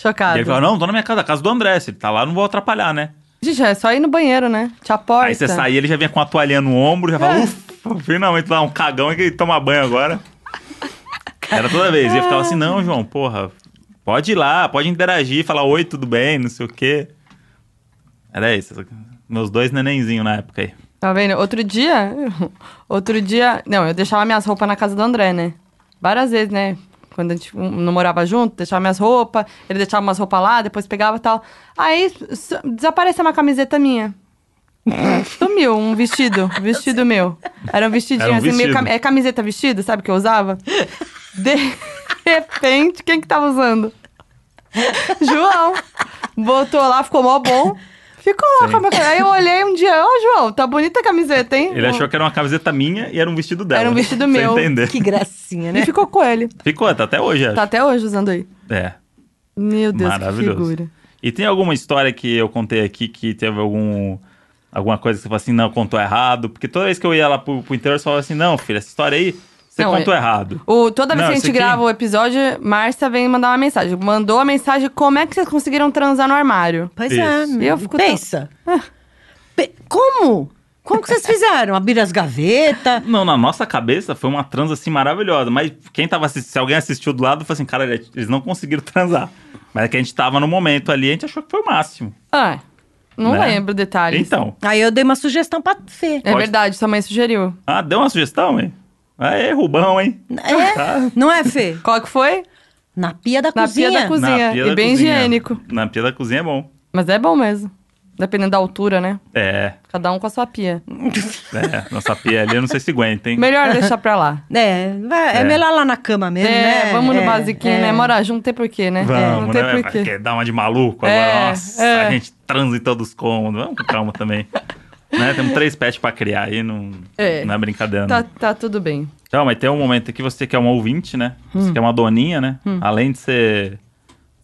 B: Chocado.
A: ele falava, não, tô na minha casa, a casa do André. Se ele tá lá, eu não vou atrapalhar, né?
B: Gente, é só ir no banheiro, né? Tinha a porta.
A: Aí você saía, ele já vinha com a toalhinha no ombro, já
B: Ah.
A: falava, ufa, finalmente dá um cagão e que toma banho agora. Era toda vez. E eu ficava assim, não, João, porra, pode ir lá, pode interagir, falar oi, tudo bem, não sei o quê. Era isso. Meus dois nenenzinhos na época aí.
B: Tá vendo? Outro dia. Outro dia. Não, eu deixava minhas roupas na casa do André, né? Várias vezes, né? Quando a gente um, não morava junto, deixava minhas roupas, ele deixava umas roupas lá, depois pegava e tal. Aí s- desapareceu uma camiseta minha. Sumiu um vestido, um vestido meu. Era um vestidinho
A: Era um
B: assim, meio
A: vestido.
B: cami- é camiseta vestido, sabe que eu usava? De repente, quem que tava usando? João. Botou lá, ficou mó bom. Ficou lá
A: Sim.
B: com a minha camiseta. Aí eu olhei um dia, ô João, tá bonita a camiseta, hein?
A: Ele achou que era uma camiseta minha e era um vestido dela.
B: Era um vestido
A: Pra
B: meu.
A: entender.
C: Que gracinha,
B: E
C: né?
B: ficou com ele.
A: Ficou, tá até hoje, acho.
B: Tá até hoje usando aí.
A: É,
B: Meu Deus, que
A: maravilhoso.
B: figura.
A: E tem alguma história que eu contei aqui que teve algum... Alguma coisa que você falou assim, não, contou errado? Porque toda vez que eu ia lá pro, pro interior, você falava assim, não, filha, essa história aí, você
B: Não,
A: contou
B: é-
A: errado.
B: O, toda vez
A: Não,
B: que a gente
A: esse aqui-
B: grava o episódio, Márcia vem mandar uma mensagem. Mandou a mensagem, como é que vocês conseguiram transar no armário?
C: Pois
A: Isso.
C: é.
B: Eu fico tão- Ah.
C: Pensa. Pe- Como? Como que vocês fizeram? Abrir as gavetas?
A: Não, na nossa cabeça foi uma transa assim maravilhosa. Mas quem tava assistindo, se alguém assistiu do lado, falou assim, cara, eles não conseguiram transar. Mas é que a gente tava no momento ali, a gente achou que foi o máximo.
B: Ah, não
A: né?
B: lembro detalhes.
A: Então.
C: Aí eu dei uma sugestão pra Fê.
B: É
A: Pode-
B: verdade, sua mãe sugeriu.
A: Ah, deu uma sugestão, hein? Aê, Rubão, hein?
C: É?
A: Tá.
C: Não é, Fê?
B: Qual que foi?
C: Na pia da
B: Na
C: cozinha.
B: pia da cozinha.
A: pia
B: e
A: da
B: bem
A: cozinha.
B: higiênico.
A: Na pia da cozinha é bom.
B: Mas é bom mesmo. Dependendo da altura, né?
A: É,
B: Cada um com a sua pia.
A: é. Nossa pia ali, eu não sei se aguenta, hein?
B: Melhor deixar pra lá.
C: É, vai- é
A: É.
C: melhor lá na cama mesmo,
B: É,
C: né?
B: vamos no
C: É,
B: basiquinho,
C: é.
B: né? Morar junto não tem porquê, né? não
A: Vamos,
B: tem
A: né?
B: porquê.
A: Quer dar uma de maluco
B: É,
A: agora? Nossa,
B: é.
A: a gente transa em todos os cômodos. Vamos com calma também. né? Temos três pets pra criar aí, não
B: É.
A: é, não é brincadeira. não.
B: Tá, tá tudo bem.
A: Então, mas tem um momento aqui você que é uma ouvinte, né?
B: Hum.
A: Você que é uma doninha, né? Além de ser,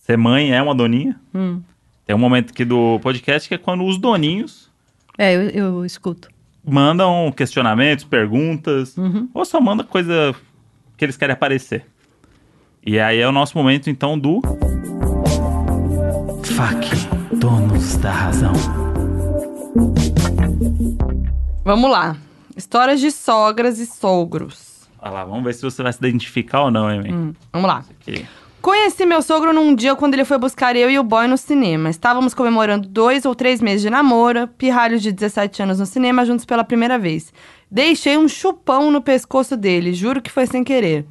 A: ser mãe, é uma doninha.
B: Hum.
A: Tem um momento aqui do podcast que é quando os doninhos
C: É, eu, eu escuto.
A: mandam questionamentos, perguntas,
B: Uhum.
A: ou só manda coisa que eles querem aparecer. E aí é o nosso momento, então, do. Fuck, donos da razão.
B: Vamos lá. Histórias de sogras e sogros.
A: Olha lá, vamos ver se você vai se identificar ou não, hein, man?
B: Hum, Vamos lá.
A: Que-
B: Conheci meu sogro num dia quando ele foi buscar eu e o boy no cinema. Estávamos comemorando dois ou três meses de namoro, pirralhos de 17 anos no cinema juntos pela primeira vez. Deixei um chupão no pescoço dele, juro que foi sem querer.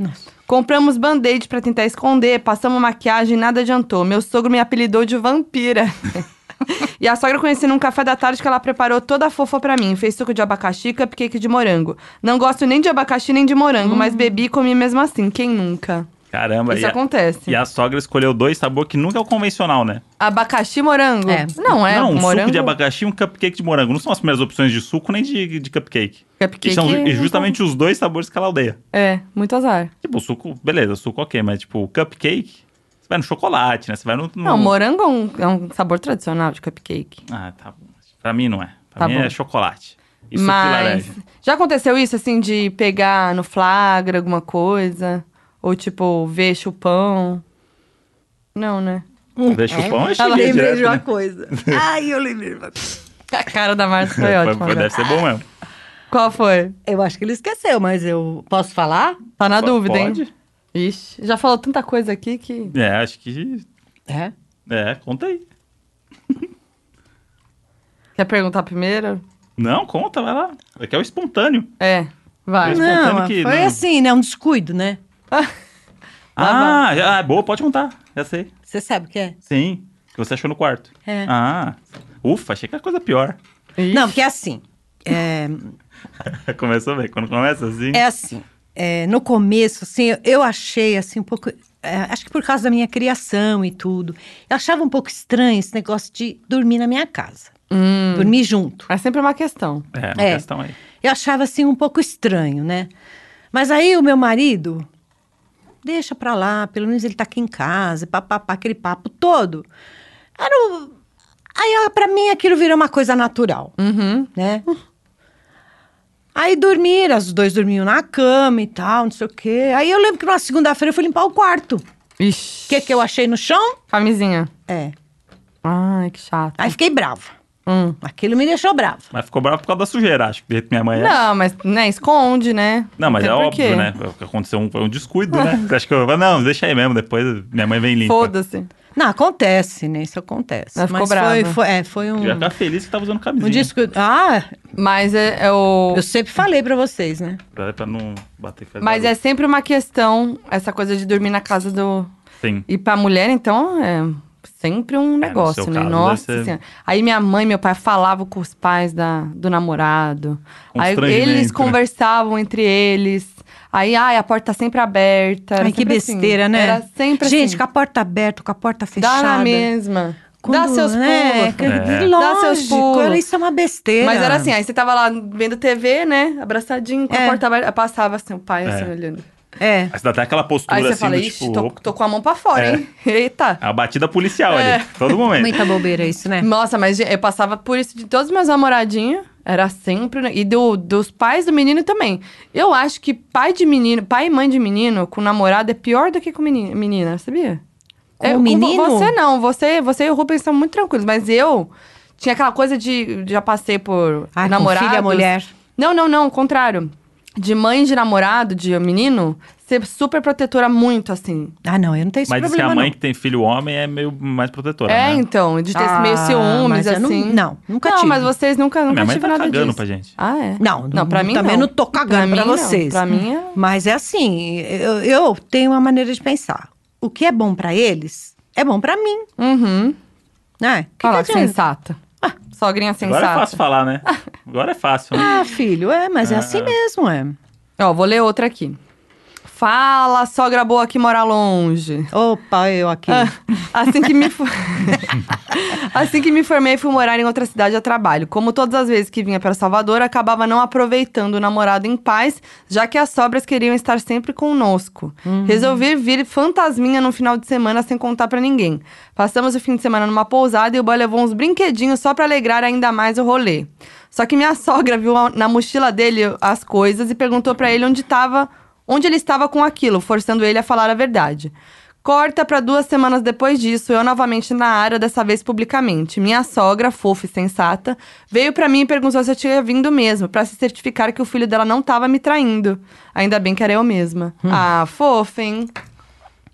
B: Compramos band-aid pra tentar esconder, passamos maquiagem, nada adiantou. Meu sogro me apelidou de vampira. E a sogra eu conheci num café da tarde que ela preparou toda fofa pra mim. Fez suco de abacaxi e cupcake de morango. Não gosto nem de abacaxi nem de morango, mas bebi e comi mesmo assim. Quem nunca?
A: Caramba,
B: Isso
A: e a-
B: acontece.
A: E a sogra escolheu dois sabores que nunca é o convencional, né?
B: Abacaxi e morango?
C: É.
B: Não é
A: não, um
B: morango.
A: suco de abacaxi e um cupcake de morango. Não são as primeiras opções de suco nem de, de cupcake.
B: Cupcake
A: E são ju-
B: é-
A: e justamente os dois sabores que ela odeia.
B: É, muito azar.
A: Tipo, o suco, beleza, suco ok, mas tipo, o cupcake, você vai no chocolate, né? Você vai no. no-
B: Não, morango é um, é um sabor tradicional de cupcake.
A: Ah, tá bom. Pra mim não é. Pra
B: Tá
A: mim
B: bom.
A: é chocolate. E suco de
B: Mas.
A: laranja.
B: Já aconteceu isso, assim, de pegar no flagra alguma coisa? Ou, tipo, ver chupão? Não, né?
C: Hum,
A: Deixa o pão, eu
C: Ela
A: cheguei direto, né?
C: coisa. Ai, eu lembrei de uma coisa.
B: A cara da Márcia foi
A: É, foi-
B: ótima.
A: foi-
B: agora.
A: deve ser bom mesmo.
B: Qual foi?
C: Eu acho que ele esqueceu, mas eu posso falar?
B: Tá na
A: Po-
B: dúvida,
A: pode?
B: hein? Ixi, já falou tanta coisa aqui que.
A: É, acho que.
C: É?
A: É, conta aí.
B: Quer perguntar primeiro?
A: Não, conta, vai lá. É que é o espontâneo.
B: É, vai.
A: Mas contando
C: Não,
A: que
C: foi
A: não-
C: assim, né? Um descuido, né?
A: Ah, já- ah, é boa, pode contar. Já sei.
C: Você sabe o que é?
A: Sim. Que você achou no quarto.
C: É.
A: Ah. Ufa, achei que era coisa pior.
B: Ixi.
C: Não, porque é assim. É,
A: Começou bem. Quando começa assim.
C: é assim. é, no começo, assim, eu- eu achei assim um pouco. é, acho que por causa da minha criação e tudo. Eu achava um pouco estranho esse negócio de dormir na minha casa.
B: Hum,
C: Dormir junto.
B: é sempre uma questão.
A: É, uma
C: É.
A: questão aí.
C: Eu achava assim um pouco estranho, né? Mas aí o meu marido deixa pra lá, pelo menos ele tá aqui em casa, papapá, aquele papo todo. Era o... Aí ó, pra mim aquilo virou uma coisa natural,
B: Uhum.
C: né? Aí dormiram, os dois dormiam na cama e tal, não sei o quê. Aí eu lembro que na segunda-feira eu fui limpar o quarto. O
B: Ixi.
C: que que eu achei no chão?
B: Camisinha.
C: É.
B: Ai, que chato.
C: Aí fiquei brava.
B: Hum.
C: Aquilo me deixou brava.
A: Mas ficou bravo por causa da sujeira, acho que do jeito que minha mãe é.
B: Não, mas, né, esconde, né?
A: Não, mas
B: tem
A: é
B: por
A: óbvio,
B: quê.
A: né? O que aconteceu um- foi um descuido, né? Você acha que eu. Não, deixa aí mesmo, depois minha mãe vem limpa.
B: Foda-se.
C: Não, acontece, né? Isso acontece.
B: Mas ficou
C: foi,
B: brava.
C: foi, é, foi um...
A: Já tá feliz que tava usando
C: Um
A: camisinha.
C: disco. Ah,
B: Mas é, é o.
C: eu sempre falei pra vocês, né?
A: Pra, pra não bater fazer
B: Mas é
A: barulho.
B: sempre uma questão, essa coisa de dormir na casa do.
A: Sim.
B: E pra mulher, então, é sempre um
A: É, no
B: negócio,
A: seu
B: né?
A: caso,
B: Nossa
A: deve ser-
B: Senhora. Aí minha mãe e meu pai falavam com os pais da, do namorado. Aí
A: Constrangimento,
B: eles
A: né?
B: conversavam entre eles. Aí, ai, a porta tá sempre aberta. Era
C: Ai, que
B: sempre assim.
C: besteira, né?
B: Era sempre
C: Gente,
B: assim.
C: com a porta aberta, com a porta
B: Dá
C: fechada.
B: na mesma. Dá
C: Quando-
B: seus pulos.
C: É,
A: É.
B: Dá
C: Lógico,
B: seus pulos.
C: isso é uma besteira.
B: Mas era assim, aí você tava lá vendo TV, né? Abraçadinho, com a
C: É.
B: porta aberta. Passava assim, o pai assim,
A: É.
B: olhando.
C: É.
A: Aí você dá até aquela postura
B: Aí você
A: assim,
B: fala,
A: do
B: ixi,
A: tipo.
B: tô,
A: opa,
B: tô com a mão pra fora,
A: É.
B: hein? Eita.
A: É uma batida policial
B: É.
A: ali, todo momento.
C: Muita bobeira isso, né?
B: Nossa, mas gente, eu passava por isso de todos os meus namoradinhos. Era sempre. né? E do- dos pais do menino também. Eu acho que pai de menino, pai e mãe de menino com namorado é pior do que com menina, menina sabia?
C: É, Com
B: eu-
C: menino?
B: Você não, você, você e o Rubens são muito tranquilos, mas eu tinha aquela coisa de. Já passei por
C: Ah, com
B: namorados.
C: filha, mulher.
B: Não, não, não, o contrário. De mãe de namorado, de menino, ser super protetora muito, assim.
C: Ah, não, eu não tenho esse
A: Mas diz que
C: problema.
A: a mãe
C: não.
A: que tem filho homem é meio mais protetora,
B: É,
A: né?
B: então, de ter esse
C: Ah,
B: meio ciúmes,
C: mas eu não-
B: assim.
C: não, nunca
B: Não,
C: tive.
B: mas vocês nunca, nunca
A: Minha mãe
B: tive
A: tá
B: nada
A: cagando
B: disso.
A: pra gente.
B: Ah, é?
C: Não,
B: não, pra mim
C: também
B: não.
C: não tô cagando pra,
B: mim, não.
C: vocês.
B: Pra mim é...
C: Mas é assim, eu, eu tenho uma maneira de pensar. O que é bom pra eles, é bom pra mim,
B: Uhum.
C: né? Que
B: Fala, que
C: que adianta? Ah.
B: sensata. Sogrinha
A: Agora é
B: sensata.
A: fácil falar, né? Agora é fácil, né?
C: Ah, filho, é, mas é
A: Ah.
C: assim mesmo, é.
B: Ó, vou ler outra aqui. Fala, sogra boa que mora longe.
C: Opa, eu aqui.
B: Ah, assim que me for- assim que me formei fui morar em outra cidade a trabalho. Como todas as vezes que vinha para Salvador, acabava não aproveitando o namorado em paz, já que as sobras queriam estar sempre conosco. Resolvi vir fantasminha no final de semana sem contar para ninguém. Passamos o fim de semana numa pousada e o boy levou uns brinquedinhos só para alegrar ainda mais o rolê. Só que minha sogra viu a- na mochila dele as coisas e perguntou para ele onde estava, onde ele estava com aquilo, forçando ele a falar a verdade. Corta pra duas semanas depois disso, eu novamente na área, dessa vez publicamente. Minha sogra, fofa e sensata, veio pra mim e perguntou se eu tinha vindo mesmo, pra se certificar que o filho dela não tava me traindo. Ainda bem que era eu mesma. Ah, fofa, hein?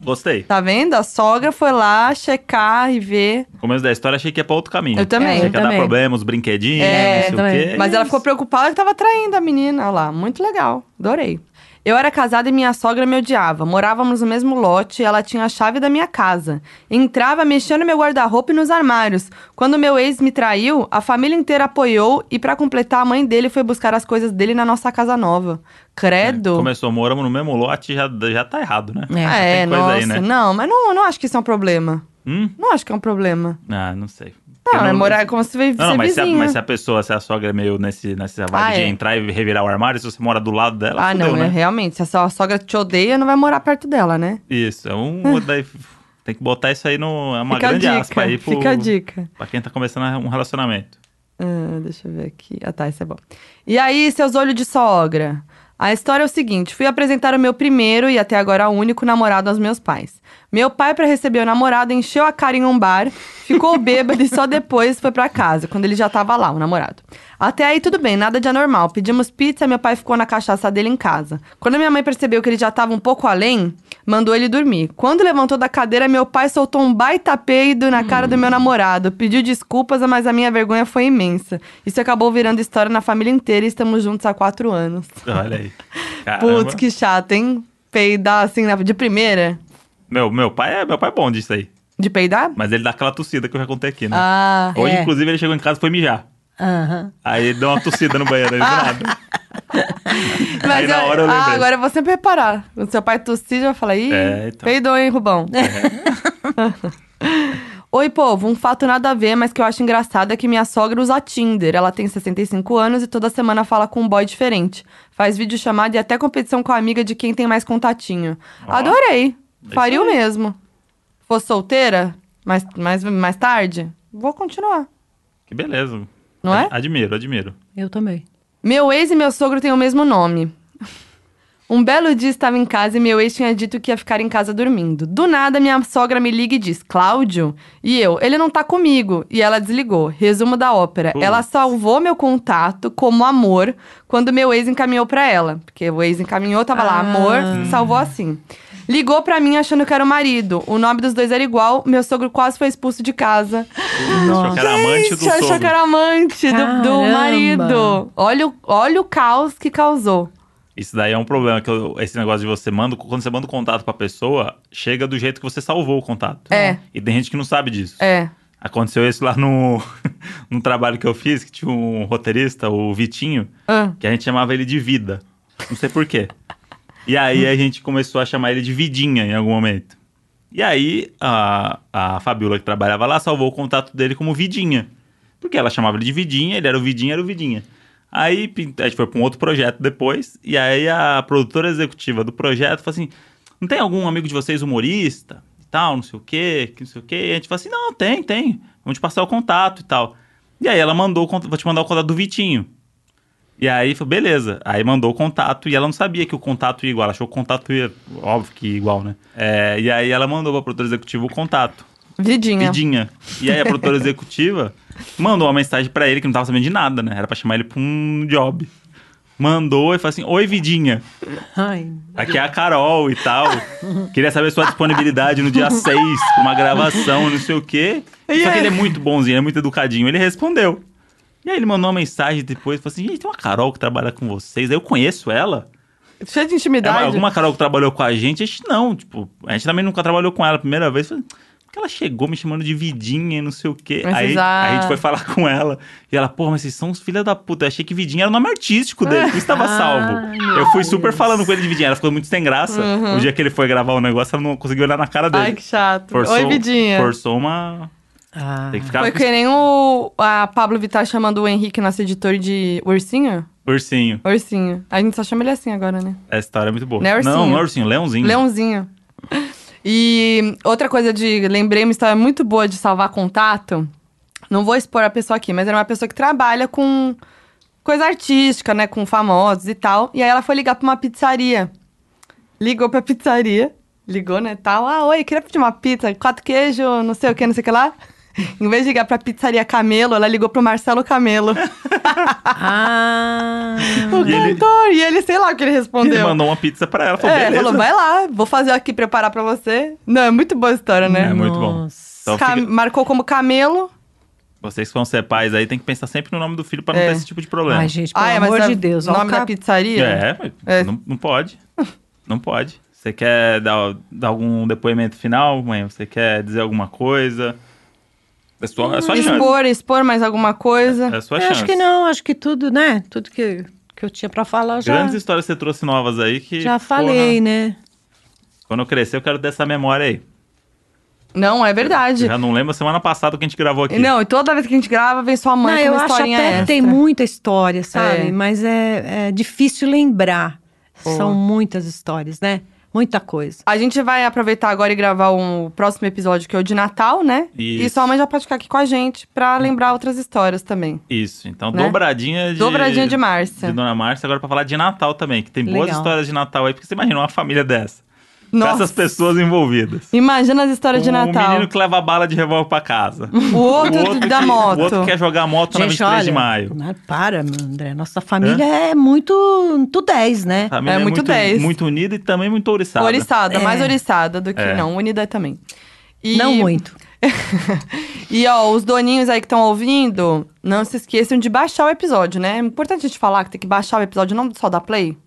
A: Gostei.
B: Tá vendo? A sogra foi lá checar e ver.
A: No começo da história achei que ia pra outro caminho.
B: Eu também.
A: Achei que ia dar
C: também.
A: problema, os brinquedinhos,
B: É,
A: não sei
C: também.
A: o quê.
B: Mas ela ficou preocupada que tava traindo a menina. Olha lá, muito legal. Adorei. Eu era casada e minha sogra me odiava. Morávamos no mesmo lote e ela tinha a chave da minha casa. Entrava mexendo no meu guarda-roupa e nos armários. Quando meu ex me traiu, a família inteira apoiou e, pra completar, a mãe dele foi buscar as coisas dele na nossa casa nova. Credo.
A: É, Começou, moramos no mesmo lote, já, já tá errado, né?
C: É.
A: Já
B: Ah, é,
A: tem coisa
B: nossa.
A: aí, né?
B: Não, mas não, não acho que isso é um problema.
A: Hum?
B: Não acho que é um problema.
A: Ah, não sei. Porque
B: Não, é morar como se fosse
A: Não, não, mas se, a,
B: vizinha.
A: mas se a pessoa, se a sogra é meio nesse, nessa vibe
B: Ah,
A: de
B: é.
A: entrar e revirar o armário, se você mora do lado dela,
B: Ah,
A: fudeu,
B: não, é,
A: né?
B: realmente. Se a sua sogra te odeia, não vai morar perto dela, né?
A: Isso, é um... daí tem que botar isso aí no... É uma
B: Fica a
A: grande
B: dica,
A: aspa aí pro...
B: fica a dica.
A: Pra quem tá começando um relacionamento.
B: Ah, deixa eu ver aqui. Ah, tá, isso é bom. E aí, seus olhos de sogra? A história é o seguinte: fui apresentar o meu primeiro e até agora único namorado aos meus pais. Meu pai, pra receber o namorado, encheu a cara em um bar, ficou bêbado e só depois foi pra casa, quando ele já tava lá, o namorado. Até aí tudo bem, nada de anormal. Pedimos pizza, meu pai ficou na cachaça dele em casa. Quando minha mãe percebeu que ele já tava um pouco além, Mandou ele dormir. Quando levantou da cadeira, meu pai soltou um baita peido na cara do meu namorado. Pediu desculpas, mas a minha vergonha foi imensa. Isso acabou virando história na família inteira e estamos juntos há quatro anos.
A: Olha aí. Caramba.
B: Putz, que chato, hein? Peidar assim na- de primeira?
A: Meu, meu, pai é, meu pai é bom disso aí.
B: De peidar?
A: Mas ele dá aquela tossida que eu já contei aqui, né?
B: Ah,
A: Hoje,
C: é.
A: inclusive, ele chegou em casa e foi mijar.
C: Aham.
A: Aí ele deu uma tossida no banheiro ali do nada. Aí na hora eu
B: ah,
A: lembrei.
B: agora eu vou sempre reparar. Quando seu pai tossir, já fala, ih,
A: É, então.
B: peidou, hein, Rubão? Oi, povo, um fato nada a ver, mas que eu acho engraçado é que minha sogra usa Tinder. Ela tem 65 anos e toda semana fala com um boy diferente. Faz videochamada e até competição com a amiga de quem tem mais contatinho.
A: Ó.
B: Adorei.
A: isso
B: Faria o
A: aí.
B: mesmo. Fosse solteira, mais, mais, mais tarde, vou continuar.
A: Que beleza.
B: Não é?
A: Ad- Admiro, admiro.
C: Eu também.
B: Meu ex e meu sogro têm o mesmo nome. Um belo dia estava em casa e meu ex tinha dito que ia ficar em casa dormindo. Do nada, minha sogra me liga e diz: Cláudio? E eu, ele não tá comigo. E ela desligou. Resumo da ópera:
A: Putz.
B: ela salvou meu contato como amor quando meu ex encaminhou pra ela. Porque o ex encaminhou, tava lá,
C: Ah.
B: amor, salvou assim. Ligou pra mim achando que era o marido. O nome dos dois era igual. Meu sogro quase foi expulso de casa.
A: Achou que era amante do
B: Gente, achou
A: sogro.
B: que era amante do, do
C: Caramba.
B: marido. Olha o, olha o caos que causou.
A: Isso daí é um problema, que eu- esse negócio de você manda, quando você manda o contato pra pessoa, chega do jeito que você salvou o contato.
B: É.
A: E tem gente que não sabe disso.
B: É.
A: Aconteceu isso lá no, no trabalho que eu fiz, que tinha um roteirista, o Vitinho,
B: Ah.
A: que a gente chamava ele de Vida. Não sei por quê. E aí a gente começou a chamar ele de Vidinha em algum momento. E aí a, a Fabiola, que trabalhava lá, salvou o contato dele como Vidinha. Porque ela chamava ele de Vidinha, ele era o Vidinha, era o Vidinha. Aí pin- a gente foi pra um outro projeto depois, e aí a produtora executiva do projeto falou assim: não tem algum amigo de vocês humorista e tal, não sei o quê, que não sei o quê? E a gente falou assim: não, tem, tem, vamos te passar o contato e tal. E aí ela mandou, o cont- vou te mandar o contato do Vitinho. E aí falou, beleza. Aí mandou o contato e ela não sabia que o contato ia igual. Ela achou que o contato ia, óbvio que ia igual, né? É, e aí ela mandou pra produtora executiva o contato.
B: Vidinha.
A: Vidinha. E aí a produtora executiva mandou uma mensagem pra ele que não tava sabendo de nada, né? Era pra chamar ele pra um job. Mandou e falou assim: Oi, Vidinha.
C: Ai,
A: Aqui é a Carol e tal. Queria saber sua disponibilidade no dia 6, pra uma gravação, não sei o quê. Só que ele é muito bonzinho, ele é muito educadinho. Ele respondeu. E aí ele mandou uma mensagem depois, falou assim, gente, tem uma Carol que trabalha com vocês, eu conheço ela.
B: Cheia de
A: É uma-
B: intimidade.
A: alguma Carol que trabalhou com a gente? A gente não, tipo, a gente também nunca trabalhou com ela a primeira vez. Falei, Por que ela chegou me chamando de vidinha e não sei o quê?
B: Mas
A: Aí
B: vocês, ah.
A: a gente foi falar com ela. E ela, porra, mas vocês são os filhos da puta. Eu achei que vidinha era o nome artístico dele, por isso tava
C: Ah,
A: salvo.
C: meu
A: Eu fui super
C: Deus.
A: falando com ele de vidinha. Ela ficou muito sem graça. O dia que ele foi gravar o negócio, ela não conseguiu olhar na cara dele.
B: Uhum. Ai, que chato. Oi, Vidinha.
A: Forçou uma.
C: ah.
A: Tem que ficar
B: Foi
A: com
B: que nem o a Pablo Vittar chamando o Henrique, nosso editor, de ursinho?
A: o ursinho.
B: Ursinho. A gente só chama ele assim agora, né?
A: Essa história é muito boa.
B: Não é ursinho.
A: não é ursinho, leãozinho.
B: Leãozinho. E outra coisa de. Lembrei uma história muito boa de salvar contato. Não vou expor a pessoa aqui, mas era uma pessoa que trabalha com coisa artística, né? Com famosos e tal. E aí ela foi ligar pra uma pizzaria. Ligou pra pizzaria. Ligou, né? Tal. Ah, oi, queria pedir uma pizza, quatro queijos, não sei o que, não sei o que lá. Em vez de ligar pra pizzaria Camelo, ela ligou pro Marcelo Camelo,
C: Ah.
B: o
A: E ele-
B: cantor. E ele, sei lá o que ele respondeu.
A: Ele mandou uma pizza pra ela. Falou,
B: É,
A: beleza.
B: falou, vai lá, vou fazer aqui, preparar pra você. Não, é muito boa a história, né?
A: É muito bom.
C: Nossa.
A: Então
B: Ca-
A: fica-
B: Marcou como camelo.
A: Vocês que vão ser pais aí, tem que pensar sempre no nome do filho pra não
B: É.
A: ter esse tipo de problema.
C: Ai, gente, pelo
B: é,
C: amor
B: a-
C: de Deus. ó,
B: nome
C: o
B: da
C: cap-
B: pizzaria?
A: É, mas
B: É.
A: Não, não pode. Não pode. Você quer dar, dar algum depoimento final, mãe? Você quer dizer alguma coisa? É sua, é sua chance.
B: Hum, Expor, expor mais alguma coisa.
A: É a sua
C: Eu
A: chance.
C: acho que não, acho que tudo, né? Tudo que, que eu tinha pra falar já,
A: Grandes histórias que você trouxe novas aí que.
C: já
A: porra,
C: falei, né?
A: Quando eu crescer, eu quero ter essa memória aí.
B: Não, é verdade.
A: Eu já não lembro a semana passada que a gente gravou aqui.
B: Não, e toda vez que a gente grava, vem sua mãe
C: Não,
B: com
C: eu
B: uma
C: acho até
B: historinha
C: que
B: extra.
C: tem muita história, sabe?
B: É.
C: Mas é, é difícil lembrar.
B: Boa.
C: São muitas histórias, né? Muita coisa.
B: A gente vai aproveitar agora e gravar um, o próximo episódio, que é o de Natal, né? E
A: Isso.
B: sua mãe já pode ficar aqui com a gente pra lembrar outras histórias também.
A: Isso. Então,
B: Né?
A: dobradinha de.
B: Dobradinha de Márcia.
A: de Dona Márcia, agora pra falar de Natal também, que tem boas
C: Legal.
A: histórias de Natal aí, porque você imagina uma família dessa. com
B: Nossa.
A: essas pessoas envolvidas.
B: Imagina as histórias de
A: Um
B: Natal.
A: menino que leva bala de revólver pra casa.
B: O outro, da
A: que-
B: moto.
A: O outro quer jogar a moto Tá na 23 de maio.
C: não, né, para, meu André. Nossa família é, muito, muito 10, né?
A: Família
B: É muito 10.
A: Muito unida e também muito ouriçada.
B: Oriçada,
C: É.
B: mais oriçada do que
A: É.
B: não. Unida também. E-
C: Não muito.
B: e ó, os doninhos aí que estão ouvindo, não se esqueçam de baixar o episódio, né? É importante a gente falar que tem que baixar o episódio, não só dar play.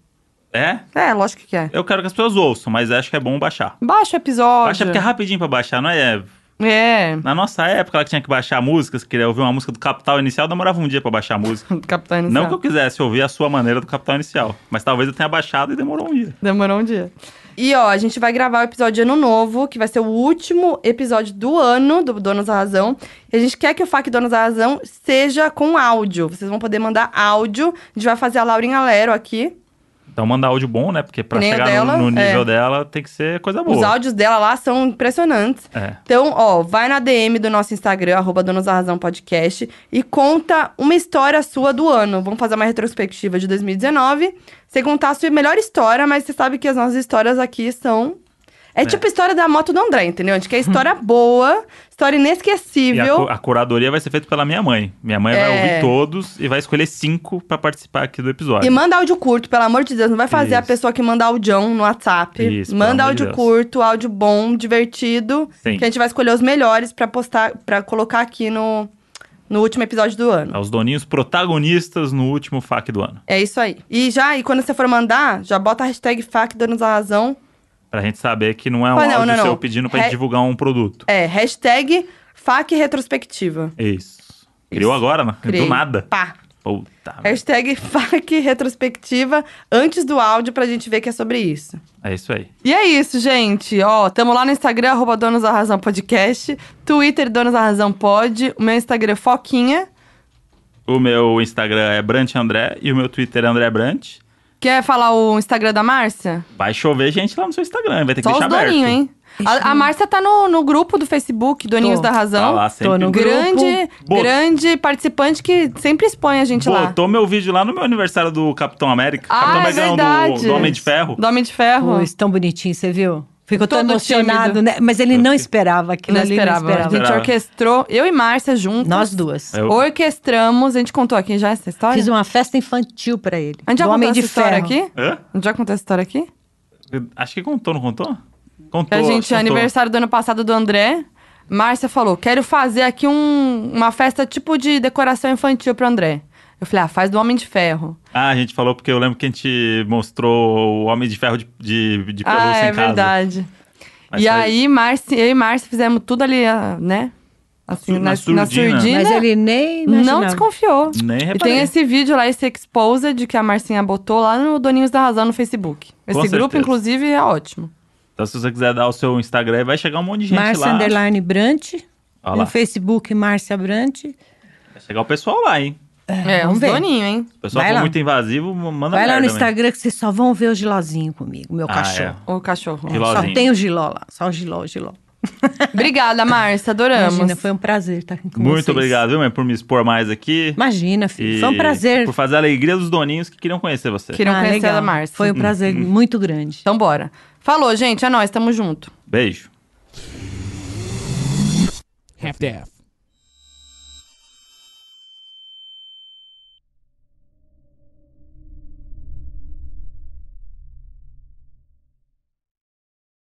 A: É?
B: É, lógico que é.
A: Eu quero que as pessoas ouçam, mas acho que é bom baixar.
B: Baixa o episódio.
A: Baixa porque é rapidinho pra baixar, não é?
B: É,
A: Na nossa época, ela tinha que baixar músicas, queria ouvir uma música do Capital Inicial, demorava um dia pra baixar a música.
B: Capitão Inicial.
A: Não que eu quisesse ouvir a sua maneira do Capital Inicial, mas talvez eu tenha baixado e demorou um dia.
B: Demorou um dia. E ó, a gente vai gravar o episódio de Ano Novo, que vai ser o último episódio do ano do Donos da Razão. E a gente quer que o FAQ Donos da Razão seja com áudio. Vocês vão poder mandar áudio. A gente vai fazer a Laurinha Lero aqui.
A: Então mandar áudio bom, né? Porque pra
B: Que nem o
A: chegar
B: dela,
A: no, no nível
B: é.
A: dela tem que ser coisa boa.
B: Os áudios dela lá são impressionantes.
A: É.
B: Então, ó, vai na DM do nosso Instagram, arroba Donos da Razão Podcast, e conta uma história sua do ano. Vamos fazer uma retrospectiva de 2019. Você contar a sua melhor história, mas você sabe que as nossas histórias aqui são. É, tipo a história da moto do André, entendeu? A gente quer história boa, história
A: E a, cu-
B: inesquecível.
A: a curadoria vai ser feita pela minha mãe. Minha mãe vai
B: É.
A: ouvir todos e vai escolher cinco pra participar aqui do episódio.
B: E manda áudio curto, pelo amor de Deus. Não vai fazer a
A: Isso.
B: pessoa que manda audião no WhatsApp.
A: Isso, pelo
B: manda
A: amor de
B: áudio
A: Deus.
B: curto, áudio bom, divertido.
A: Sim.
B: Que a gente vai escolher os melhores pra postar, para colocar aqui no, no último episódio do ano.
A: Aos É doninhos protagonistas no último FAQ do ano.
B: É isso aí. E já, e quando você for mandar, já bota a hashtag FAC Donos a Razão.
A: Pra gente saber que não é um
B: Ah, não,
A: áudio
B: não, não.
A: seu pedindo pra
B: Re-
A: gente divulgar um produto. É
B: É, hashtag FAC Retrospectiva.
A: Isso. Criou
B: Isso.
A: agora, né?
B: Criei. É
A: Do nada.
B: Pá.
A: Puta. merda.
B: Hashtag FAC Retrospectiva antes do áudio pra gente ver que é sobre isso.
A: É isso aí.
B: E é isso, gente. Ó, tamo lá no Instagram, arroba Donos da Razão Podcast. Twitter, Donos da Razão Pod. O meu Instagram é Foquinha,
A: O meu Instagram é Brant André e o meu Twitter é André Brant.
B: Quer falar o Instagram da Márcia?
A: Vai chover gente lá no seu Instagram, vai ter que
B: Só os
A: deixar aberto.
B: doninhos, hein? A, a Márcia tá no, no grupo do Facebook, Doninhos
C: Tô.
B: da
A: Tá
B: Razão.
A: lá sempre.
C: no grupo.
B: grande,
A: Bo-
B: grande participante que sempre expõe a gente lá.
A: Botou meu vídeo lá no meu aniversário do Capitão América.
B: Ah,
A: então, Capitão América
B: é
A: não,
B: verdade.
A: do, do Homem de Ferro.
B: Do Homem de Ferro.
C: Pois, tão bonitinho, você viu? Ficou tão
B: Todo
C: emocionado,
B: tímido.
C: né? Mas ele não esperava aquilo
B: Não
C: ali,
B: esperava.
C: não
B: A gente
C: esperava.
A: Esperava.
B: orquestrou, eu e Márcia juntos.
C: Nós duas.
A: Eu-
B: Orquestramos, a gente contou aqui já essa história?
C: Fiz uma festa infantil pra ele.
B: É. A gente já
C: do
B: contou
C: Homem
B: essa
C: de
B: história
C: Ferro.
B: aqui?
A: Hã?
B: A gente já contou essa história aqui?
A: Acho que contou, não contou? Contou.
B: A gente,
A: contou.
B: aniversário do ano passado do André. Márcia falou: quero fazer aqui um- uma festa tipo de decoração infantil pro André. Eu falei, ah, faz do Homem de Ferro.
A: Ah, a gente falou porque eu lembro que a gente mostrou o Homem de Ferro de, de, de pelúcia
B: ah, é
A: em casa.
B: verdade.
A: Mas
B: e
A: faz-
B: aí, Márcia, eu e Márcia fizemos tudo ali, ah, né?
A: Sur-
B: Assim, na,
A: na
B: na surdina.
A: surdina.
C: Mas ele nem
B: Não
C: imaginava.
B: desconfiou.
A: Nem
B: e
A: reparei.
B: tem esse vídeo lá, esse Exposed, que a Marcinha botou lá no Doninhos da Razão no Facebook. Esse
A: certeza.
B: grupo, inclusive, é ótimo.
A: Então, se você quiser dar o seu Instagram, vai chegar um monte de gente
C: Márcia
A: lá.
C: Underline Brant.
A: Olha lá.
C: No Facebook, Márcia Brant.
A: Vai chegar o pessoal lá, hein?
B: É,
C: vamos
B: uns
C: ver.
B: doninho, hein?
A: O pessoal
C: Vai
A: for
C: lá.
A: muito invasivo, manda
C: Vai lá
A: merda,
C: no
A: né?
C: Instagram que vocês só vão ver o Gilozinho comigo, meu
A: Ah,
C: cachorro.
B: O cachorro.
A: Giló.
C: Só
A: Gilozinho.
C: tem o Giló lá. Só o Giló, o Giló.
B: Obrigada, Márcia, adoramos.
C: Imagina, foi um prazer estar aqui com
A: Muito
C: vocês.
A: obrigado, viu, mãe, por me expor mais aqui.
C: Imagina, filho.
A: E
C: Foi um prazer.
A: Por fazer a alegria dos doninhos que queriam conhecer você.
B: Queriam conhecer a Márcia.
C: Ah, Foi um prazer muito grande.
B: Então, bora. Falou, gente, é nóis, tamo junto.
A: Beijo.
E: half-daff.